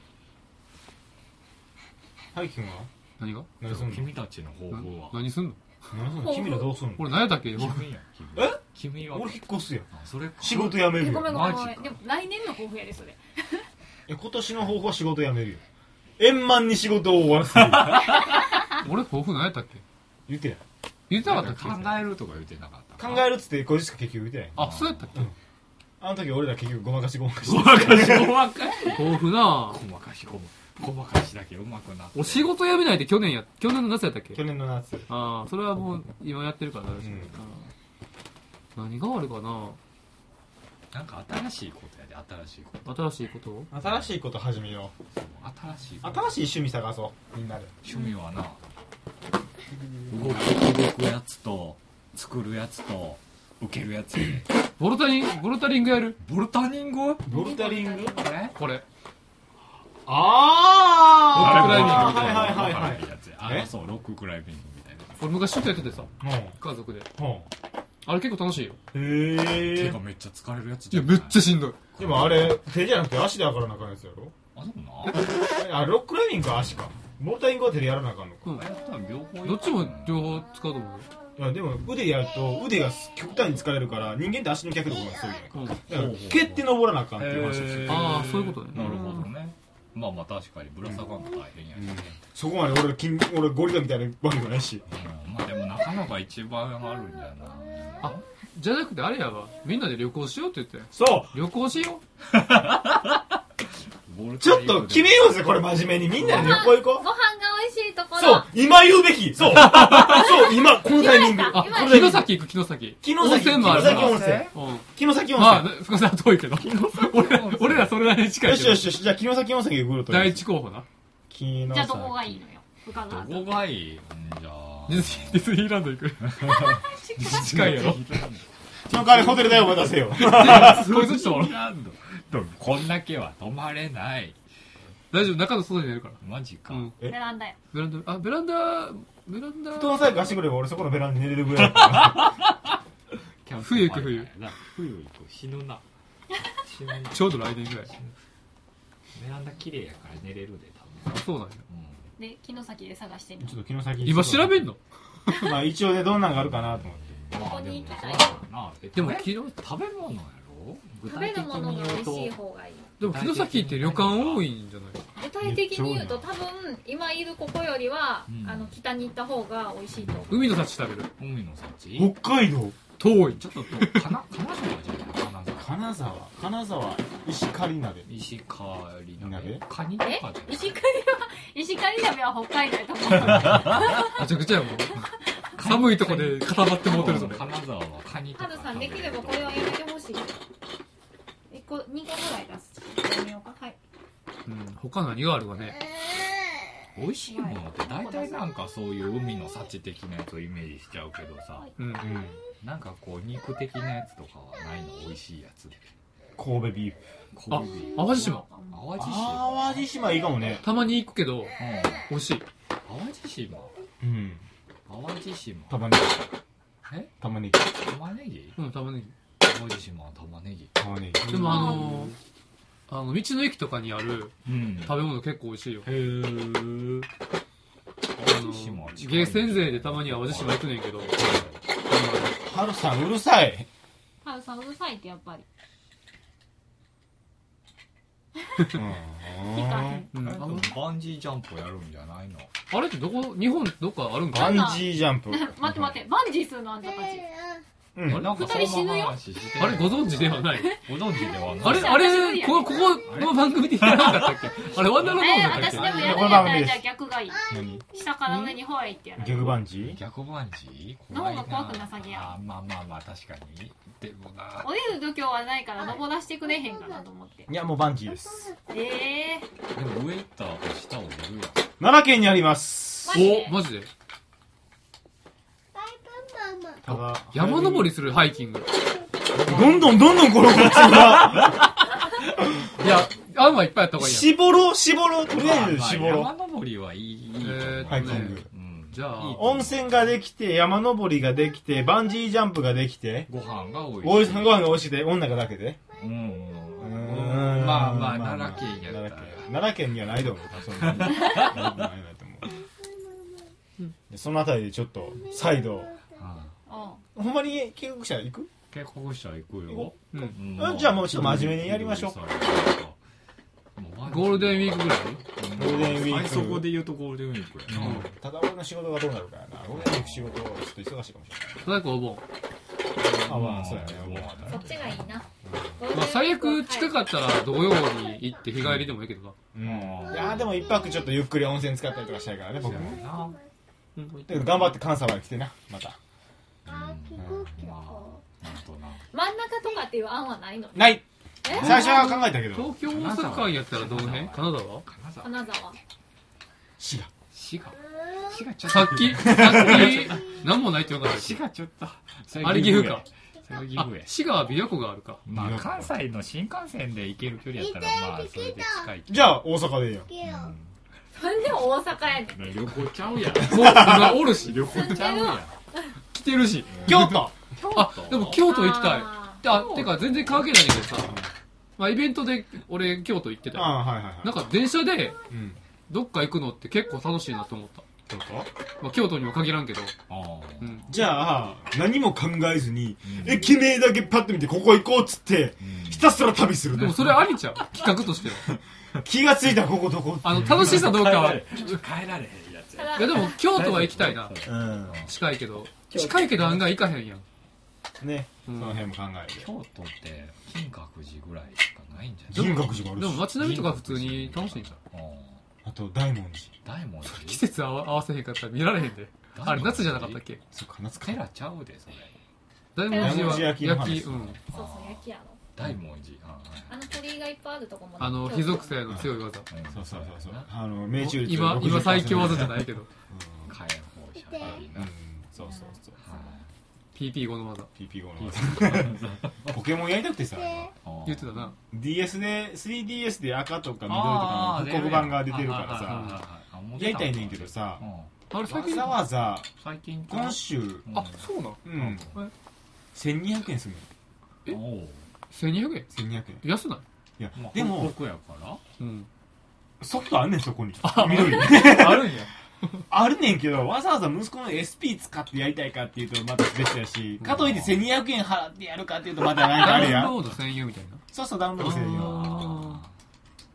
[SPEAKER 1] はい、君は
[SPEAKER 4] 何が
[SPEAKER 1] 何すんの
[SPEAKER 3] 君たちの方法は
[SPEAKER 4] 何すんの
[SPEAKER 1] 何すんの君らどうすんの
[SPEAKER 4] 俺何やったっけ
[SPEAKER 3] 君や君
[SPEAKER 1] え
[SPEAKER 3] 君は
[SPEAKER 1] 俺引っ越すやん。
[SPEAKER 3] あそれか
[SPEAKER 1] 仕事辞め
[SPEAKER 5] え
[SPEAKER 1] る
[SPEAKER 5] ごめん
[SPEAKER 1] よ。
[SPEAKER 5] ごめん
[SPEAKER 3] マ
[SPEAKER 5] ご
[SPEAKER 3] ジ
[SPEAKER 5] め
[SPEAKER 3] か
[SPEAKER 5] ん。でも来年の抱負やで、それ。
[SPEAKER 1] え今年の抱負は仕事辞めるよ。円満に仕事を終わらせる。
[SPEAKER 4] 俺抱負何やったっけ
[SPEAKER 1] 言ってない。
[SPEAKER 4] 言ってなか
[SPEAKER 3] な
[SPEAKER 4] っ
[SPEAKER 3] ん
[SPEAKER 4] た
[SPEAKER 3] か
[SPEAKER 4] っけ
[SPEAKER 3] 考えるとか言ってなかった
[SPEAKER 1] 考えるっつって、これしか結局言ってない。
[SPEAKER 4] あそうやったっけ
[SPEAKER 1] あの時俺ら結局ごまかしごまかし。
[SPEAKER 3] ごまかし
[SPEAKER 4] 抱負な
[SPEAKER 3] ごまかしごまごまかしだけうまくなって
[SPEAKER 4] お仕事辞めないって去年や去年の夏やったっけ
[SPEAKER 1] 去年の夏。
[SPEAKER 4] ああそれはもう今やってるからな、
[SPEAKER 1] ん
[SPEAKER 4] 何があるかな
[SPEAKER 3] なんか新しいことやで新しいこと
[SPEAKER 4] 新しいこと
[SPEAKER 1] 新しいこと始めよう。
[SPEAKER 3] 新しいこと
[SPEAKER 1] 新しい趣味探そう。みんなで。
[SPEAKER 3] 趣味はな動く動くやつと作るやつと受けるやつやで
[SPEAKER 4] ボルタリンボルタリングやる
[SPEAKER 3] ボルタリング
[SPEAKER 1] ボルタリング
[SPEAKER 3] これ
[SPEAKER 4] これ
[SPEAKER 1] あ
[SPEAKER 4] ロッククライミングみたいな
[SPEAKER 1] はいはいはいはい
[SPEAKER 3] いやつやあ
[SPEAKER 1] え
[SPEAKER 3] そうロッククライミングみたいなや
[SPEAKER 4] 俺昔ちょっとやっててさ
[SPEAKER 1] も
[SPEAKER 4] 家族で
[SPEAKER 1] う、も
[SPEAKER 4] あれ結構楽しいよ
[SPEAKER 1] う。
[SPEAKER 3] つ
[SPEAKER 1] へ
[SPEAKER 3] 手
[SPEAKER 1] え
[SPEAKER 3] が。めっちゃ疲れるやつ
[SPEAKER 4] い
[SPEAKER 3] じ
[SPEAKER 4] や
[SPEAKER 3] ゃない
[SPEAKER 4] めっちゃしんどい
[SPEAKER 1] でもあれ、手じゃなくて足で上がらなあかんやつやろ
[SPEAKER 3] あそうな
[SPEAKER 1] あ、ロッククライミングは足か。ボルタリングは手でやらなあかんのか。
[SPEAKER 4] うん
[SPEAKER 3] あれやったら両方や
[SPEAKER 4] どっちも両方使うと思うよ
[SPEAKER 1] いや、でも腕やると、腕が極端に疲れるから、人間って足の脚力が強いやんか。
[SPEAKER 4] うん
[SPEAKER 1] だから
[SPEAKER 3] ほうほう
[SPEAKER 1] 蹴って登らなあかんっていう話をして
[SPEAKER 3] へ
[SPEAKER 1] て
[SPEAKER 3] ー
[SPEAKER 4] ああそういうことね
[SPEAKER 3] なるほどねまあまあ確かにぶら下がんの大変やしね
[SPEAKER 1] そこまで俺、筋俺ゴリラみたいなわけじゃないし。
[SPEAKER 3] うんまあでも中野が一番あるんだよな
[SPEAKER 4] あじゃなくてあれやわみんなで旅行しようって言って
[SPEAKER 1] そ
[SPEAKER 4] 旅行しよ
[SPEAKER 3] ボル
[SPEAKER 1] うち
[SPEAKER 3] タ
[SPEAKER 1] ょっ
[SPEAKER 3] リングで
[SPEAKER 1] と決めようぜ、これ真面目に。みんなで旅行行
[SPEAKER 5] ご
[SPEAKER 1] こ
[SPEAKER 5] 飯が美味しいとこ
[SPEAKER 1] う。
[SPEAKER 5] ろ。
[SPEAKER 1] そう、今言うべき。そう。そう、今、このタイミング。
[SPEAKER 4] うあ
[SPEAKER 5] 今や
[SPEAKER 4] 城崎行く城崎
[SPEAKER 1] 城崎
[SPEAKER 4] 温泉もある
[SPEAKER 1] 城崎温泉
[SPEAKER 4] うん
[SPEAKER 1] 城崎温
[SPEAKER 4] まあ
[SPEAKER 1] 泉。
[SPEAKER 4] 福さんは遠いけど俺ら俺らそれなりに近い
[SPEAKER 1] よ
[SPEAKER 4] け
[SPEAKER 1] し
[SPEAKER 4] ど
[SPEAKER 1] よしよし、じゃあ城崎温泉行くことに
[SPEAKER 4] 第一候補な
[SPEAKER 1] 城崎
[SPEAKER 2] じゃあどこがいいのよ伺う
[SPEAKER 3] どこがいいんじゃあ
[SPEAKER 4] ディズニーディズニーランド行く近いやろ
[SPEAKER 1] その代わりホテル代を渡せよ。
[SPEAKER 4] こいつちょっと
[SPEAKER 3] ランドでもこんだけは泊まれない
[SPEAKER 4] 大丈夫中の外に寝るから
[SPEAKER 3] マジか、
[SPEAKER 4] うん
[SPEAKER 1] え
[SPEAKER 2] ベランダよ
[SPEAKER 4] ベランダあベランダベランダ
[SPEAKER 1] 布団さえ貸してくれば俺そこのベランダに寝れるぐらいだから。
[SPEAKER 3] キャンプ
[SPEAKER 4] 冬行く冬
[SPEAKER 3] な冬行く死ぬな死ぬな
[SPEAKER 4] ちょうど来年ぐらい
[SPEAKER 3] ベランダ綺麗やから寝れるで多分、
[SPEAKER 4] そうなんや
[SPEAKER 3] う
[SPEAKER 2] で城崎で探してんの
[SPEAKER 1] ちょっと城崎
[SPEAKER 4] 今調べんの
[SPEAKER 1] まあ一応ね、どんなんがあるかなと思って。
[SPEAKER 3] ん、ま
[SPEAKER 2] こ
[SPEAKER 3] あで
[SPEAKER 2] に
[SPEAKER 3] も
[SPEAKER 2] 行き
[SPEAKER 3] そ
[SPEAKER 2] たい
[SPEAKER 3] うやろなえ
[SPEAKER 4] でも
[SPEAKER 3] 食
[SPEAKER 4] きの
[SPEAKER 3] べ食べ物やろ具
[SPEAKER 5] 食べ
[SPEAKER 3] 体的
[SPEAKER 5] るもの
[SPEAKER 3] に
[SPEAKER 5] が
[SPEAKER 3] 言
[SPEAKER 5] 美
[SPEAKER 3] う
[SPEAKER 5] 味しい
[SPEAKER 3] と
[SPEAKER 5] 方がいい。
[SPEAKER 4] でも城崎って旅館多いんじゃない
[SPEAKER 5] 具体的に言うと
[SPEAKER 1] め
[SPEAKER 5] 多分今いるここよりは、
[SPEAKER 3] うん
[SPEAKER 5] あの北に行った方が美味しいと思う
[SPEAKER 4] 海の幸食べる
[SPEAKER 3] 海の幸
[SPEAKER 1] 海道
[SPEAKER 4] 遠い
[SPEAKER 3] ちょっとと金金沢じゃない金沢
[SPEAKER 1] 金沢金沢石狩鍋
[SPEAKER 3] 石狩鍋
[SPEAKER 1] 鍋
[SPEAKER 3] カニと
[SPEAKER 5] え
[SPEAKER 3] かじゃない
[SPEAKER 5] 石狩は、石狩鍋は北海道や と思う。
[SPEAKER 4] めちゃくちゃやもん。 寒いとこで固まってもうてるぞね。
[SPEAKER 3] 金沢はカニと
[SPEAKER 5] ハ
[SPEAKER 3] か
[SPEAKER 5] ルさん、できればこれはやめてほしい。一個、二個ぐらい出す。やめようか。はい。
[SPEAKER 4] うん、他何があるわね。
[SPEAKER 3] 美味しいものって大体なんかそういう海の幸的なやつをイメージしちゃうけどさ
[SPEAKER 4] うん。
[SPEAKER 1] うん
[SPEAKER 3] なんかこう肉的なやつとかはないの美味しいやつで
[SPEAKER 1] 神戸ビーフ
[SPEAKER 4] あ
[SPEAKER 3] こういう、
[SPEAKER 4] 淡路島。
[SPEAKER 3] 淡路島
[SPEAKER 1] 淡路島いいかもね
[SPEAKER 4] たまに行くけど、
[SPEAKER 3] う
[SPEAKER 4] 美味しい。
[SPEAKER 3] ん淡路島
[SPEAKER 1] うん
[SPEAKER 3] 淡路島
[SPEAKER 1] 玉ねぎ
[SPEAKER 3] え
[SPEAKER 1] 玉ねぎ
[SPEAKER 3] 玉ねぎ
[SPEAKER 4] うん、玉ね
[SPEAKER 3] 淡路島は玉ねぎ
[SPEAKER 1] 玉ね
[SPEAKER 4] ぎ。
[SPEAKER 1] ぎ
[SPEAKER 4] でもあのー、あの、道の駅とかにある
[SPEAKER 3] うん
[SPEAKER 4] 食べ物結構美味しいよ。
[SPEAKER 1] へー
[SPEAKER 4] あのー、ゲーセン勢でたまに淡路島行くねんけど、
[SPEAKER 1] ハルさんうるさい
[SPEAKER 2] ハルさんうるさいってやっぱり
[SPEAKER 1] バ
[SPEAKER 2] 聞かへん
[SPEAKER 4] うん、あ
[SPEAKER 3] なんかバンジージャンプやるんじゃないの
[SPEAKER 4] あれってどこ、日本どっかあるんか
[SPEAKER 1] ンジージャンプ
[SPEAKER 2] 待って待ってバンジーするのあんたたち
[SPEAKER 1] うん
[SPEAKER 3] なんかそんな
[SPEAKER 2] 二人死ぬよ
[SPEAKER 3] 話して
[SPEAKER 4] あれご存知ではない。
[SPEAKER 3] ご存知ではない
[SPEAKER 4] あ
[SPEAKER 2] 久
[SPEAKER 4] れあ
[SPEAKER 2] しぶり
[SPEAKER 4] れ
[SPEAKER 2] や
[SPEAKER 4] ここ、この番組でやらなかったっけあれワンダーロー
[SPEAKER 2] え
[SPEAKER 4] マ
[SPEAKER 2] ー、
[SPEAKER 4] ンだっ
[SPEAKER 2] 私
[SPEAKER 4] け
[SPEAKER 2] で
[SPEAKER 4] あ
[SPEAKER 2] もや
[SPEAKER 1] これ番組
[SPEAKER 2] るんやった
[SPEAKER 1] で
[SPEAKER 2] ら
[SPEAKER 1] す
[SPEAKER 2] じゃあ逆がいい
[SPEAKER 1] 何
[SPEAKER 2] 下から上にほえってやる
[SPEAKER 1] 逆バンジ
[SPEAKER 3] 逆バンジー
[SPEAKER 2] 脳が怖くなさげや
[SPEAKER 3] あーまあまあまあ確かにでもな
[SPEAKER 2] 降りる度胸はないから登らしてくれへんかなと思って
[SPEAKER 1] ーいやもうバンジーです
[SPEAKER 2] ええ
[SPEAKER 3] でも上行ったら下を出るやん
[SPEAKER 1] 奈良県にあります
[SPEAKER 4] お、マジで
[SPEAKER 1] ただ
[SPEAKER 4] 山登りするハイキング。
[SPEAKER 1] どんどんどんどん転がってるない
[SPEAKER 4] や、案はいっぱいあっ た方がいいやん。
[SPEAKER 1] 絞ろう絞ろうとりあえず絞ろ
[SPEAKER 3] 山
[SPEAKER 1] う
[SPEAKER 3] 登りはいいいいと思う
[SPEAKER 4] えー
[SPEAKER 1] ハイキング
[SPEAKER 3] うん
[SPEAKER 4] じゃあ
[SPEAKER 3] いいと思う
[SPEAKER 1] 温泉ができて山登りができてバンジージャンプができて
[SPEAKER 3] ご飯が
[SPEAKER 1] お
[SPEAKER 3] 多
[SPEAKER 1] い
[SPEAKER 3] い
[SPEAKER 1] ご飯が美味しいで女がだけで
[SPEAKER 3] うん
[SPEAKER 1] う
[SPEAKER 3] うん
[SPEAKER 1] ーん
[SPEAKER 3] まあまあ奈良県やったら
[SPEAKER 1] 奈良県奈良県にはないと思うそんなにないないと思うでそのあたりでちょっと再度
[SPEAKER 3] うん
[SPEAKER 2] ー、
[SPEAKER 1] ほんまに警告者行く
[SPEAKER 3] 警告者行くよ
[SPEAKER 1] 行
[SPEAKER 4] うん。
[SPEAKER 3] うん
[SPEAKER 1] うんじゃあもうちょっと真面目にやりましょう
[SPEAKER 4] ゴールデンウィー
[SPEAKER 3] ク
[SPEAKER 4] クぐらい
[SPEAKER 1] ゴールデンウィーク
[SPEAKER 3] あそこで言うとゴールデンウィークやな
[SPEAKER 4] うん
[SPEAKER 1] ただ俺の仕事がどうなるかやな俺の仕事ちょっと忙しいかもしれない
[SPEAKER 4] ただいお盆。
[SPEAKER 1] あまあそうやねもう
[SPEAKER 5] そっちがいいな。
[SPEAKER 4] まあ最悪近かったら土曜に行って日帰りでもいいけどな。
[SPEAKER 1] うんいやーでも一泊ちょっとゆっくり温泉使ったりとかしたいからね僕も
[SPEAKER 3] そうやな
[SPEAKER 4] うん
[SPEAKER 1] だけど頑張って関西まで来てなまた
[SPEAKER 3] うんまあなんとな
[SPEAKER 5] 真ん中とかっていう案はないの
[SPEAKER 1] ない
[SPEAKER 5] え
[SPEAKER 1] 最初は考えたけど
[SPEAKER 4] 東京、大阪間やったらどの辺金沢
[SPEAKER 3] 金沢
[SPEAKER 5] 金沢。
[SPEAKER 1] 滋賀
[SPEAKER 3] 滋賀滋賀ちょ
[SPEAKER 4] さ
[SPEAKER 3] っ
[SPEAKER 4] っ
[SPEAKER 3] と
[SPEAKER 4] き、さっき、何もないって言うから。
[SPEAKER 3] 滋賀ちょっと
[SPEAKER 4] あれ岐阜か。
[SPEAKER 3] それは岐
[SPEAKER 4] あ
[SPEAKER 3] 阜や、
[SPEAKER 4] 滋賀は琵琶湖があるか。
[SPEAKER 3] まあ関西の新幹線で行ける距離やったらまあそれで近いけど
[SPEAKER 1] じゃあ大阪でいいよ
[SPEAKER 3] うん
[SPEAKER 5] なんでも大阪やねん。
[SPEAKER 3] 旅行ちゃうやん
[SPEAKER 4] もう、今 おるし、
[SPEAKER 3] 旅行ちゃうやん
[SPEAKER 4] 来てるし。
[SPEAKER 1] 京都
[SPEAKER 4] あ、でも京都行きたい。
[SPEAKER 5] あ
[SPEAKER 4] あ、てか全然関係ないんだけどさ、まあイベントで俺京都行ってたよ。
[SPEAKER 1] ああはいはいはい
[SPEAKER 4] なんか電車で
[SPEAKER 1] うん
[SPEAKER 4] どっか行くのって結構楽しいなと思った。
[SPEAKER 1] 京都
[SPEAKER 4] まあ京都にも限らんけど。
[SPEAKER 3] あ
[SPEAKER 4] う
[SPEAKER 3] ー
[SPEAKER 4] ん。
[SPEAKER 1] じゃあ何も考えずに駅名だけパッと見てここ行こうっつってひたすら旅する
[SPEAKER 4] でもそれありちゃう企画としては。
[SPEAKER 1] 気がついたらここどこ
[SPEAKER 4] あの、楽しさどうかは。い
[SPEAKER 3] 帰られへんやつや
[SPEAKER 4] やでも京都は行きたいな。
[SPEAKER 1] うん
[SPEAKER 4] 近いけど。近いけど案外行かへんやん。
[SPEAKER 1] ねそ
[SPEAKER 4] うん
[SPEAKER 1] の辺も考えて
[SPEAKER 3] 京都って金閣寺ぐらいしかないんじゃな
[SPEAKER 1] 銀
[SPEAKER 3] い
[SPEAKER 1] 閣寺もある
[SPEAKER 4] でも
[SPEAKER 1] し
[SPEAKER 4] 街並みとか普通に楽しいんじゃん。
[SPEAKER 3] ゃん
[SPEAKER 1] あと大文寺
[SPEAKER 3] 大文字
[SPEAKER 4] 季節合わ合わせへんかったら見られへんで。あれ夏じゃなかったっけ
[SPEAKER 1] そっか夏か
[SPEAKER 3] 寺ちゃうでそ
[SPEAKER 4] 大
[SPEAKER 3] れ
[SPEAKER 4] 文字
[SPEAKER 1] 大
[SPEAKER 4] は
[SPEAKER 1] 文字焼きの
[SPEAKER 4] 焼
[SPEAKER 1] 話
[SPEAKER 4] き、うん。
[SPEAKER 5] ーそうそう、焼きやろ。
[SPEAKER 3] 大文字あ
[SPEAKER 5] あの鳥居がいっぱいあるとこもね
[SPEAKER 4] あの、火属性の強い技。
[SPEAKER 3] ーん
[SPEAKER 1] そうそうそうそう
[SPEAKER 3] やな
[SPEAKER 1] あの命中率
[SPEAKER 4] 今、今最強技じゃ
[SPEAKER 1] ない
[SPEAKER 4] ないけど。
[SPEAKER 3] 開放者がいいな
[SPEAKER 1] うんそうそうそう
[SPEAKER 3] は
[SPEAKER 4] PP5 の技。
[SPEAKER 1] PP5 の技ポケモンやりたくてさ今
[SPEAKER 3] い
[SPEAKER 4] 言ってたな。
[SPEAKER 1] DS で 3DS で赤とか緑と
[SPEAKER 3] あ
[SPEAKER 1] か
[SPEAKER 3] ー
[SPEAKER 1] の復刻版が出てるから
[SPEAKER 3] はいはい
[SPEAKER 1] さ
[SPEAKER 3] はいはい
[SPEAKER 1] やりたいねんけどさ
[SPEAKER 3] うん
[SPEAKER 4] あれ最
[SPEAKER 1] わ
[SPEAKER 4] 近
[SPEAKER 1] ざわざ
[SPEAKER 3] 最近かな
[SPEAKER 1] 今週
[SPEAKER 3] うん
[SPEAKER 4] あ、そうなん
[SPEAKER 1] うん1200円する
[SPEAKER 3] おう
[SPEAKER 4] ?1200 円
[SPEAKER 1] の1200円
[SPEAKER 4] 安ない
[SPEAKER 1] いや
[SPEAKER 3] まあ
[SPEAKER 1] でも
[SPEAKER 3] 広告やから
[SPEAKER 4] うん。
[SPEAKER 1] ソフトあんねんそこに緑
[SPEAKER 4] あるんや。
[SPEAKER 1] あるねんけどわざわざ息子の SP 使ってやりたいかっていうとまた別やしかといって1200円払ってやるかっていうとまたなんかあ
[SPEAKER 4] ダ
[SPEAKER 1] れ
[SPEAKER 4] ウン
[SPEAKER 1] や
[SPEAKER 4] ロード専用みたいな。
[SPEAKER 1] そうそうダウンロードせえよ
[SPEAKER 4] あ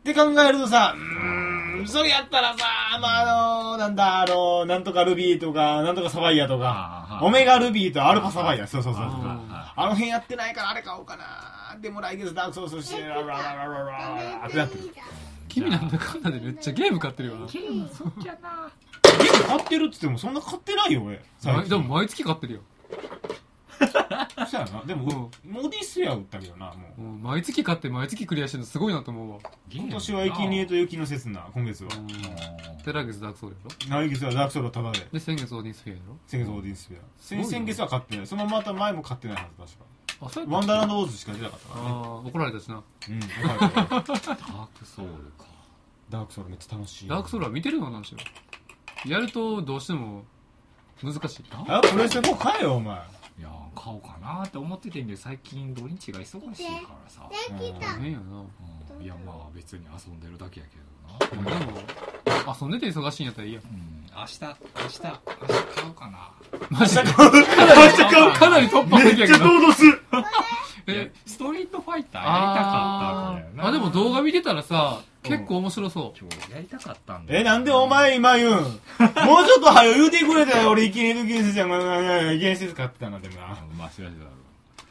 [SPEAKER 1] って考えるとさうーんうん、それやったらさ、まあ、あのなんだ、あのなんとかルビーとか、なんとかサバイヤとか
[SPEAKER 3] あ、ー
[SPEAKER 1] オメガルビーとアルファサバイヤ、そうそうそう。
[SPEAKER 3] あ
[SPEAKER 1] あ
[SPEAKER 3] あ
[SPEAKER 1] の辺やってないからあれ買おうかな。でも来月ダークソウルスして、ララララララってなってる。
[SPEAKER 4] 君なんだかんだでめっちゃゲーム買ってるよな。
[SPEAKER 1] ゲーム買ってるっつってもそんな買ってないよ、俺。
[SPEAKER 4] までも
[SPEAKER 1] も、
[SPEAKER 4] 毎月買ってるよ。
[SPEAKER 1] そうやな。でも、モディスや売ったけどな、もう。
[SPEAKER 4] もう毎月買って毎月クリアしてるのすごいなと思うわ。
[SPEAKER 1] 今年は生贄と雪の刹那、今月は。
[SPEAKER 4] で、来月ダークソウルやろ
[SPEAKER 1] 来月はダークソウルタダで。
[SPEAKER 4] で、先月オーディンスフェアやろ
[SPEAKER 1] 先月オーディンスフェア。
[SPEAKER 4] ごい
[SPEAKER 1] 先
[SPEAKER 4] ね
[SPEAKER 1] 先月は買ってない。そのまた前も買ってないはず、確か。
[SPEAKER 4] あ、そうやった
[SPEAKER 1] ワンダーランドウォーズしか出なかったからね。
[SPEAKER 4] ああ、怒られたしな。
[SPEAKER 1] うんわかるわかる。
[SPEAKER 3] ダークソウルか
[SPEAKER 1] ダークソウルめっちゃ楽しい。
[SPEAKER 4] ダークソウルは見てるのなんですよ。やるとどうしても難しい。
[SPEAKER 1] あ、プレステ4買えよ、お前。
[SPEAKER 3] いやー買おうかなーって思っててんけど最近土日が忙しいからさ、
[SPEAKER 4] 大変やな。
[SPEAKER 3] うん、いやまあ別に遊んでるだけやけ
[SPEAKER 4] で
[SPEAKER 3] ど
[SPEAKER 4] も
[SPEAKER 3] な、、
[SPEAKER 4] 遊んでて忙しいんやったらいいや。
[SPEAKER 3] うん、明日明日明日買おうかな
[SPEAKER 4] マジで。かなり突破的やけど。
[SPEAKER 1] 動す
[SPEAKER 3] いや
[SPEAKER 4] え、
[SPEAKER 3] ストリートファイターやりたかった
[SPEAKER 4] あ
[SPEAKER 3] んだよ
[SPEAKER 4] ー
[SPEAKER 3] な
[SPEAKER 4] あ、でも動画見てたらさ、結構面白そう。
[SPEAKER 3] 今日やりたかったんだよ
[SPEAKER 1] え、なんでお前今言うん もうちょっと早よ言うてくれたら俺生きねえと原説や、まあまあまあ、原説買ってたな、でもな。
[SPEAKER 3] うんまあ知らせだろ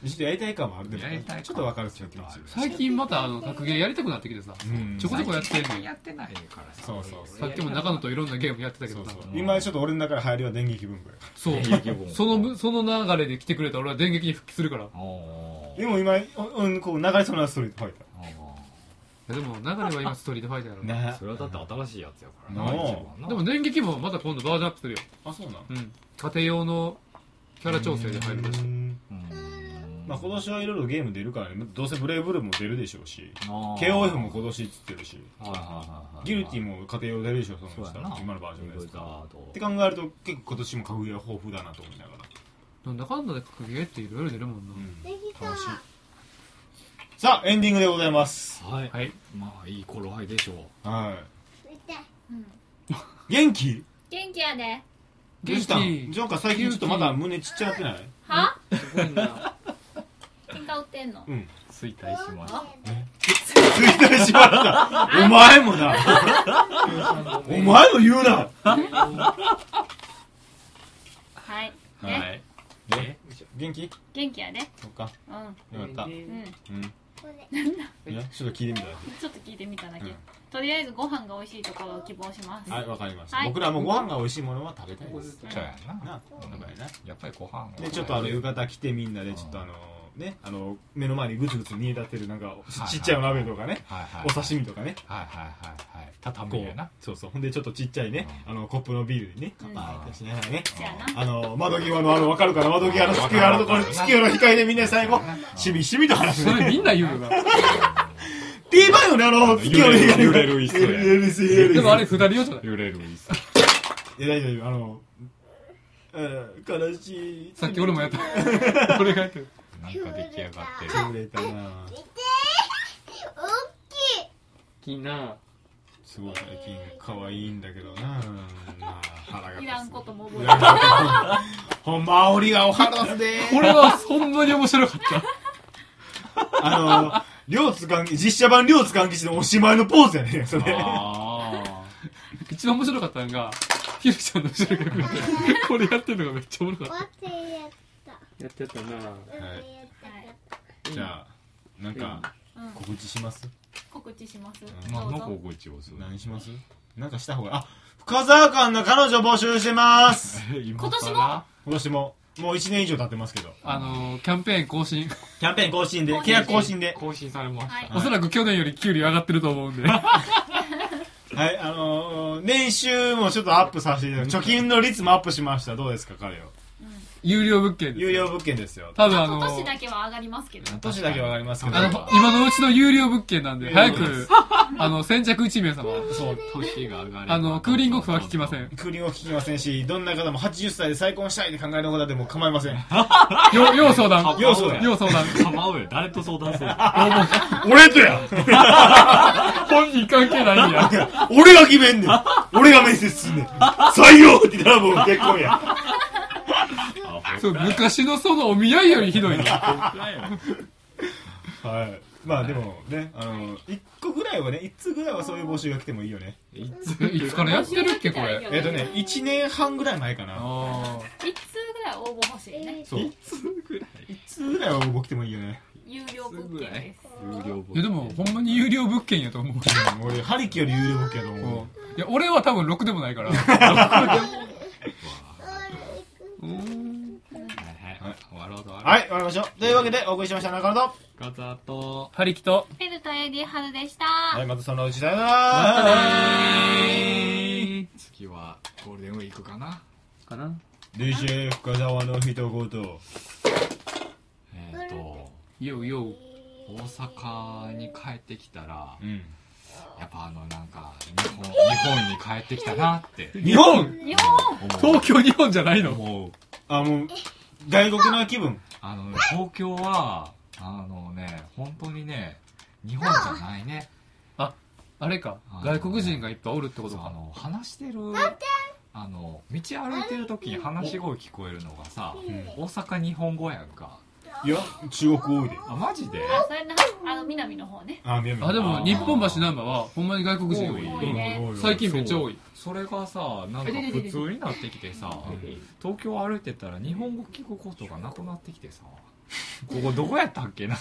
[SPEAKER 1] ちょっとやりたい感はあるでも
[SPEAKER 3] やりたい
[SPEAKER 1] ちょっとわかるっすよ、気持ち。
[SPEAKER 4] 最近またあの、格ゲーやりたくなってきてさ、
[SPEAKER 1] うん
[SPEAKER 4] ちょこちょこやってんねん。
[SPEAKER 3] やってないからさ
[SPEAKER 1] そうそうそう
[SPEAKER 4] さっきも中野といろんなゲームやってたけ
[SPEAKER 1] そ
[SPEAKER 4] ど
[SPEAKER 1] う
[SPEAKER 4] さ
[SPEAKER 1] そう。今ちょっと俺の中で入りは電撃文化や。
[SPEAKER 4] そう
[SPEAKER 3] 電撃を
[SPEAKER 4] そのその流れで来てくれたら俺は電撃に復帰するからい
[SPEAKER 3] おー
[SPEAKER 1] でも今、おうん、こう流れそうなストリートファイ
[SPEAKER 3] おー
[SPEAKER 4] やでも流れは今ストリートファイターや
[SPEAKER 1] タ
[SPEAKER 4] か
[SPEAKER 1] ー。
[SPEAKER 4] らね
[SPEAKER 1] ね
[SPEAKER 3] それはだって新しいやつやから
[SPEAKER 1] なあ
[SPEAKER 3] な
[SPEAKER 4] でも電撃もまた今度バージョンアップするよ、
[SPEAKER 1] あ、そうなの
[SPEAKER 4] うん、家庭用のキャラ調整で入るらしい
[SPEAKER 1] まあ今年はいろいろゲーム出るからね。どうせブレイブルーも出るでしょうし、
[SPEAKER 3] KOF
[SPEAKER 1] KOF も今年っつってるし、ギルティも家庭用出るでしょ、そ
[SPEAKER 3] そう
[SPEAKER 1] の
[SPEAKER 3] や
[SPEAKER 1] うち
[SPEAKER 3] な
[SPEAKER 1] 今のバージョンです
[SPEAKER 3] ブ
[SPEAKER 1] か
[SPEAKER 3] ザ
[SPEAKER 1] ら。
[SPEAKER 3] ード
[SPEAKER 1] って考えると結構今年も格ゲーは豊富だなと思いながら、
[SPEAKER 4] なんだかんだで格ゲーっていろいろ出るもんな、
[SPEAKER 1] 楽しいさあエンディングでございます
[SPEAKER 3] はい、
[SPEAKER 4] はい
[SPEAKER 3] まあいい頃合いでしょう
[SPEAKER 1] は
[SPEAKER 5] うん
[SPEAKER 1] い元気
[SPEAKER 5] 元気やで
[SPEAKER 1] どう
[SPEAKER 4] 元
[SPEAKER 1] し
[SPEAKER 4] 気
[SPEAKER 1] たんジョーカー最近ちょっとまだ胸ちっちゃなってない
[SPEAKER 5] は
[SPEAKER 4] すごいな
[SPEAKER 5] 喧嘩売ってんの
[SPEAKER 1] うん
[SPEAKER 3] 衰退しました
[SPEAKER 1] 衰退しましたお前もだお前も言うな
[SPEAKER 5] はい
[SPEAKER 1] は
[SPEAKER 5] ね
[SPEAKER 1] いね元気
[SPEAKER 5] 元気やで
[SPEAKER 1] そっか
[SPEAKER 5] う
[SPEAKER 1] よかった
[SPEAKER 5] んうん
[SPEAKER 1] うんいやちょっと聞いてみただ
[SPEAKER 5] ちょっと聞いてみただけ、
[SPEAKER 1] うん
[SPEAKER 5] とりあえずご飯が美味しいところを希望します
[SPEAKER 1] けはいわかりまし
[SPEAKER 5] は
[SPEAKER 1] た
[SPEAKER 5] い
[SPEAKER 1] 僕らもご飯が美味しいものは食べたいです
[SPEAKER 3] そうやな
[SPEAKER 1] なやっぱりな
[SPEAKER 3] やっぱりご飯
[SPEAKER 1] でちょっとあの浴衣着てみんなでちょっとあのねあの目の前にぐつぐつ煮え立ってるなんか
[SPEAKER 3] いはい
[SPEAKER 1] ちっちゃいお鍋とかね
[SPEAKER 3] はいはい
[SPEAKER 1] お刺身とかね
[SPEAKER 3] はいはいはいはい
[SPEAKER 1] こ
[SPEAKER 3] 畳でな
[SPEAKER 1] うそうそうほんでちょっとちっちゃいねあのコップのビールにね
[SPEAKER 5] うん
[SPEAKER 1] 乾杯しながらね
[SPEAKER 5] じゃあな
[SPEAKER 1] あの窓際のあの分かるかな窓際の月夜のところ月夜の控えでみんな最後しみしみと話す
[SPEAKER 4] それ
[SPEAKER 1] ね
[SPEAKER 4] みんな言うよな
[SPEAKER 1] って言えばよねあの月夜の控えで
[SPEAKER 3] 揺れる椅子
[SPEAKER 1] 揺れる椅子揺れる椅子
[SPEAKER 4] でもあれ二人用じゃない
[SPEAKER 3] 揺れる椅子
[SPEAKER 1] いや大丈夫あのうん悲しい
[SPEAKER 4] さっき俺もやった 俺がやってる
[SPEAKER 3] なんか出来上がってる
[SPEAKER 1] 潰れたな
[SPEAKER 4] きな
[SPEAKER 1] すごい最近可愛いんだけどなまあ腹が立つ
[SPEAKER 5] いらんことも覚え
[SPEAKER 1] い
[SPEAKER 5] て
[SPEAKER 1] やほんま煽りがお腹立つで
[SPEAKER 4] これはほんまに面白かっ
[SPEAKER 1] あの、両津関実写版両津関吉のおしまいのポーズやねそれ。
[SPEAKER 3] あ
[SPEAKER 4] た一番面白かったのがひるちゃんの後ろが来るこれやってるのがめっちゃ面白かっ
[SPEAKER 7] は。
[SPEAKER 4] たやってたない
[SPEAKER 1] じゃあ、なんか、
[SPEAKER 5] うん
[SPEAKER 1] 告知します
[SPEAKER 5] 告知します、
[SPEAKER 1] うん
[SPEAKER 3] あ何の
[SPEAKER 5] どうぞ
[SPEAKER 3] 心地をする
[SPEAKER 1] 何しますなんかした方が、あ、深沢館の彼女募集してます
[SPEAKER 3] 今
[SPEAKER 5] 年
[SPEAKER 3] も
[SPEAKER 1] 今年も、もう1年以上経ってますけど。
[SPEAKER 4] あのー、キャンペーン更新。
[SPEAKER 1] キャンペーン更新で、契約更新で。
[SPEAKER 3] 更新されました、
[SPEAKER 5] はい
[SPEAKER 4] おそらく去年より給料上がってると思うんで。
[SPEAKER 1] はい、あのー、年収もちょっとアップさせていただき貯金の率もアップしました。どうですか、彼を。
[SPEAKER 4] 有料物件です。
[SPEAKER 1] 有料物件ですよ。
[SPEAKER 4] 多分あの
[SPEAKER 5] 今年
[SPEAKER 4] ー、
[SPEAKER 5] だけは上がりますけど
[SPEAKER 1] 年だけわかりますけど。
[SPEAKER 4] あの、今のうちの有料物件なんで、早
[SPEAKER 1] 有料で
[SPEAKER 4] く、あの、先着1名様。
[SPEAKER 1] そう、
[SPEAKER 3] 年が上がれば
[SPEAKER 4] あの、クーリングオフは聞きません。
[SPEAKER 1] 国を聞きませんし、どんな方も80歳で再婚したいって考えの方でも構いません。
[SPEAKER 4] よ、要相談。
[SPEAKER 1] 要相談
[SPEAKER 4] 要相談。
[SPEAKER 3] 構うよ誰と相談するの
[SPEAKER 1] 俺とや
[SPEAKER 4] 本人関係ないんや。
[SPEAKER 1] 俺が決めんねん俺が面接すんねん採用って言ったらもう結婚や
[SPEAKER 4] そう、昔のそのお見合いよりひどいな。
[SPEAKER 1] はいまあでもね、あの、一個ぐらいはね、一通ぐらいはそういう募集が来てもいいよね。
[SPEAKER 3] いつ
[SPEAKER 4] いつからやってるっけ、これ。
[SPEAKER 1] えっとね、一年半ぐらい前かな。
[SPEAKER 4] あ
[SPEAKER 2] 一通ぐらい応募欲しいね。
[SPEAKER 1] そう。一
[SPEAKER 3] つぐらい
[SPEAKER 1] 通ぐらいは僕来てもいいよね。
[SPEAKER 2] 有料物件です。
[SPEAKER 3] 有料
[SPEAKER 4] あ。いや、でも、ほんまに有料物件やと思う。
[SPEAKER 1] うん俺、ハリキより有料ボケやと思う。
[SPEAKER 4] いや、俺は多分6でもないから。
[SPEAKER 3] はいはい終わろうと
[SPEAKER 1] はいい、終わりましょう。というわけで、お送りしました、中野と。
[SPEAKER 3] ガザーと
[SPEAKER 4] ハリキと。
[SPEAKER 2] フェルト AD 春でした。
[SPEAKER 1] はい、またそのうち、さよなら
[SPEAKER 3] 次はゴールデンウィークかな
[SPEAKER 4] かな
[SPEAKER 1] DJ 深澤の一言。
[SPEAKER 3] えっ、と
[SPEAKER 4] ようよう。
[SPEAKER 3] 大阪に帰ってきたら
[SPEAKER 1] うん。
[SPEAKER 3] やっぱあのなんか日本日本に帰ってきたなって
[SPEAKER 4] 日本
[SPEAKER 2] よ
[SPEAKER 3] 思う
[SPEAKER 4] 東京日本じゃないの
[SPEAKER 3] 思う
[SPEAKER 1] あ、もう、外国の気分。
[SPEAKER 3] あのね東京はあのね本当にね日本じゃないね
[SPEAKER 4] あれか
[SPEAKER 3] あ。ー
[SPEAKER 4] 外国人がいっぱいおるってこと
[SPEAKER 3] そうあ
[SPEAKER 4] か。
[SPEAKER 3] の話してるあの道歩いてる時に話し声聞こえるのがさ大阪日本語やんか
[SPEAKER 1] いや、中国多いで。
[SPEAKER 3] あマジで
[SPEAKER 2] あ、それな、あの、南の方ね。
[SPEAKER 1] あ、みやみや
[SPEAKER 4] あ、で
[SPEAKER 3] あ
[SPEAKER 4] も、
[SPEAKER 3] ー
[SPEAKER 4] 日本橋ナンバーは、ほんまに外国人多い
[SPEAKER 3] 多
[SPEAKER 2] いね
[SPEAKER 4] うん最近めっちゃ多い。
[SPEAKER 3] それがさなんか普通になってきてさ東京歩いてたら日本語聞くことがなくなって きてさここどこやったっけな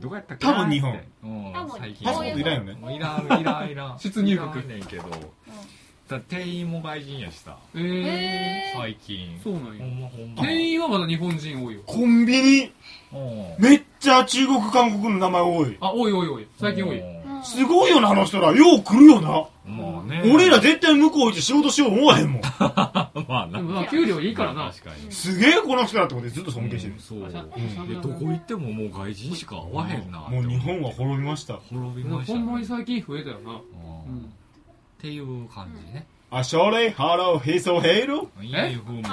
[SPEAKER 3] どこやったっけな
[SPEAKER 1] 多分日本
[SPEAKER 3] ってうん
[SPEAKER 2] 多分
[SPEAKER 3] 最近
[SPEAKER 1] パスポートいらんよね。
[SPEAKER 3] もういらんいらんいら ん
[SPEAKER 4] 出入国
[SPEAKER 3] いらんねんけどだ店員も外人やしさ
[SPEAKER 4] え
[SPEAKER 2] へ
[SPEAKER 4] ー。
[SPEAKER 2] えー。
[SPEAKER 3] 最近
[SPEAKER 4] そうなん
[SPEAKER 3] ほ
[SPEAKER 4] や。
[SPEAKER 3] んまほんま
[SPEAKER 4] 店員はまだ日本人多いよ。
[SPEAKER 1] コンビニ、
[SPEAKER 3] うん
[SPEAKER 1] めっちゃ中国、韓国の名前多い。
[SPEAKER 4] あ、多い多い多い。最近多い。
[SPEAKER 3] うん
[SPEAKER 1] すごいよな、あの人ら。よう来るよな。
[SPEAKER 3] まあね
[SPEAKER 1] 俺ら絶対向こう行って仕事しよう思わへんもん。
[SPEAKER 3] まあ
[SPEAKER 4] でも
[SPEAKER 3] な
[SPEAKER 4] まあ、給料いいからな。
[SPEAKER 3] 確かに
[SPEAKER 1] すげえこの人らってことでずっと尊敬してる
[SPEAKER 3] うん。そう
[SPEAKER 4] あしゃ
[SPEAKER 3] いやどこ行ってももう外人しか会わへんなって
[SPEAKER 1] も
[SPEAKER 3] 思
[SPEAKER 1] う
[SPEAKER 3] って
[SPEAKER 1] 日本は滅びました。
[SPEAKER 3] 滅び
[SPEAKER 4] でも
[SPEAKER 3] ました
[SPEAKER 4] ほ
[SPEAKER 3] ね
[SPEAKER 4] んまに最近増えたよな。う
[SPEAKER 3] う
[SPEAKER 4] ん
[SPEAKER 3] っ
[SPEAKER 4] ん。
[SPEAKER 3] ていう感じね
[SPEAKER 1] あ、それ、ハロー、ヘソヘイロ
[SPEAKER 3] いいふうもね
[SPEAKER 2] あ、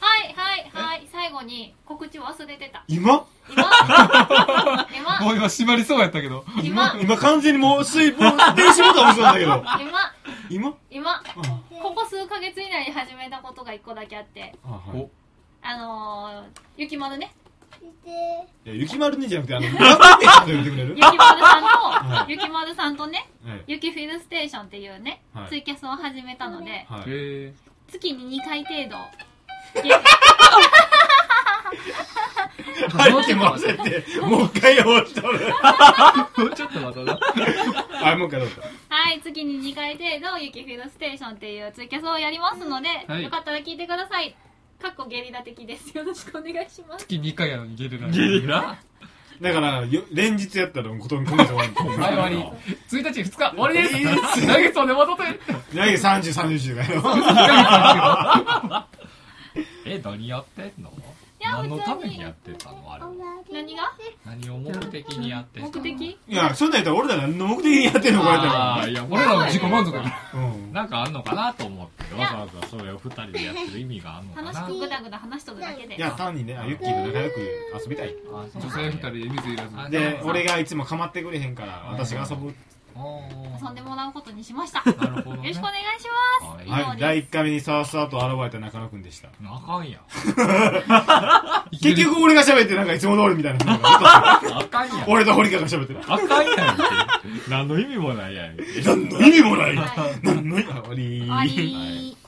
[SPEAKER 2] はい、はい、はい。最後に告知忘れてた。
[SPEAKER 1] 今
[SPEAKER 2] 今今
[SPEAKER 4] う今締まりそうやったけど。
[SPEAKER 2] 今
[SPEAKER 1] 今完全にもう水分、電子ボタン押したんだけど。
[SPEAKER 2] 今
[SPEAKER 1] 今
[SPEAKER 2] 今ここ数ヶ月以内に始めたことが一個だけあって
[SPEAKER 1] あ、はい。
[SPEAKER 2] あのー、ゆきま るね
[SPEAKER 1] いや、雪丸ねじゃなくて、あの、ラブレターと言ってくれる
[SPEAKER 2] ゆきまるさん
[SPEAKER 1] は
[SPEAKER 2] とゆきまるさんとね
[SPEAKER 1] はい。
[SPEAKER 2] ゆきフィルステーションっていうね、
[SPEAKER 1] はい
[SPEAKER 2] ツイキャスを始めたので
[SPEAKER 1] はい。
[SPEAKER 4] え
[SPEAKER 2] 月に2回 程度
[SPEAKER 4] ー。
[SPEAKER 1] 入ってませんって、もう一回終わった俺。
[SPEAKER 4] もうちょっと待とうな。
[SPEAKER 1] あ、もう一回どうぞ。
[SPEAKER 2] はい月に2回程度ゆきフィルステーションっていうツイキャスをやりますので、
[SPEAKER 4] はい
[SPEAKER 2] よかったら聞いてくださいかっこゲリラ的ですよろしくお願いします
[SPEAKER 4] 月2回やのにゲレラ。
[SPEAKER 3] リラ
[SPEAKER 1] だから、よ連日やったら、ことに今月終わる。
[SPEAKER 4] はい、終わり。1日、2日、終わりです。来月まで戻って。
[SPEAKER 1] 来月30、31だよ。
[SPEAKER 3] え何やってんの
[SPEAKER 2] や
[SPEAKER 3] 何のためにやってたのあれ
[SPEAKER 2] 何が
[SPEAKER 3] 何を目的にやってた
[SPEAKER 2] 目的
[SPEAKER 1] いや、そんなんやったら俺ら何の目的にやってんのこれやった
[SPEAKER 3] あ
[SPEAKER 1] ら
[SPEAKER 3] あ。いや俺
[SPEAKER 4] 俺ら
[SPEAKER 3] ら
[SPEAKER 4] の
[SPEAKER 3] も
[SPEAKER 4] 自
[SPEAKER 3] 自
[SPEAKER 4] 己
[SPEAKER 3] 己
[SPEAKER 4] 満 足や。
[SPEAKER 1] うん。
[SPEAKER 3] なんかあんのかなと思ってわざわざそれを二人でやってる意味があんのか
[SPEAKER 2] 楽
[SPEAKER 3] な
[SPEAKER 2] しくグダグダ話しとるだけで
[SPEAKER 1] いや、単にね、あユッキーと仲良く遊びたい。
[SPEAKER 3] あそう
[SPEAKER 4] 女性2人で水いらず。
[SPEAKER 3] あ
[SPEAKER 1] で、俺がいつも構ってくれへんから、私が遊ぶ。
[SPEAKER 3] あ
[SPEAKER 2] 遊んでもらうことにしました。
[SPEAKER 3] あなるほ
[SPEAKER 2] よ
[SPEAKER 3] どね
[SPEAKER 2] ろしくお願いします。
[SPEAKER 3] はい
[SPEAKER 1] はい、第1回目にさわさわと現れた中野くんでした。
[SPEAKER 3] あかんやん
[SPEAKER 1] 結局俺が喋ってなんかいつも通りみたいなことがずっ
[SPEAKER 3] あかんや
[SPEAKER 1] と。
[SPEAKER 3] ん
[SPEAKER 1] 俺と堀川が喋ってる。
[SPEAKER 3] あかんやん って何の意味もないやん
[SPEAKER 1] 何の意味もない
[SPEAKER 2] はい
[SPEAKER 1] 何の意味もない。終わり
[SPEAKER 2] 終わり。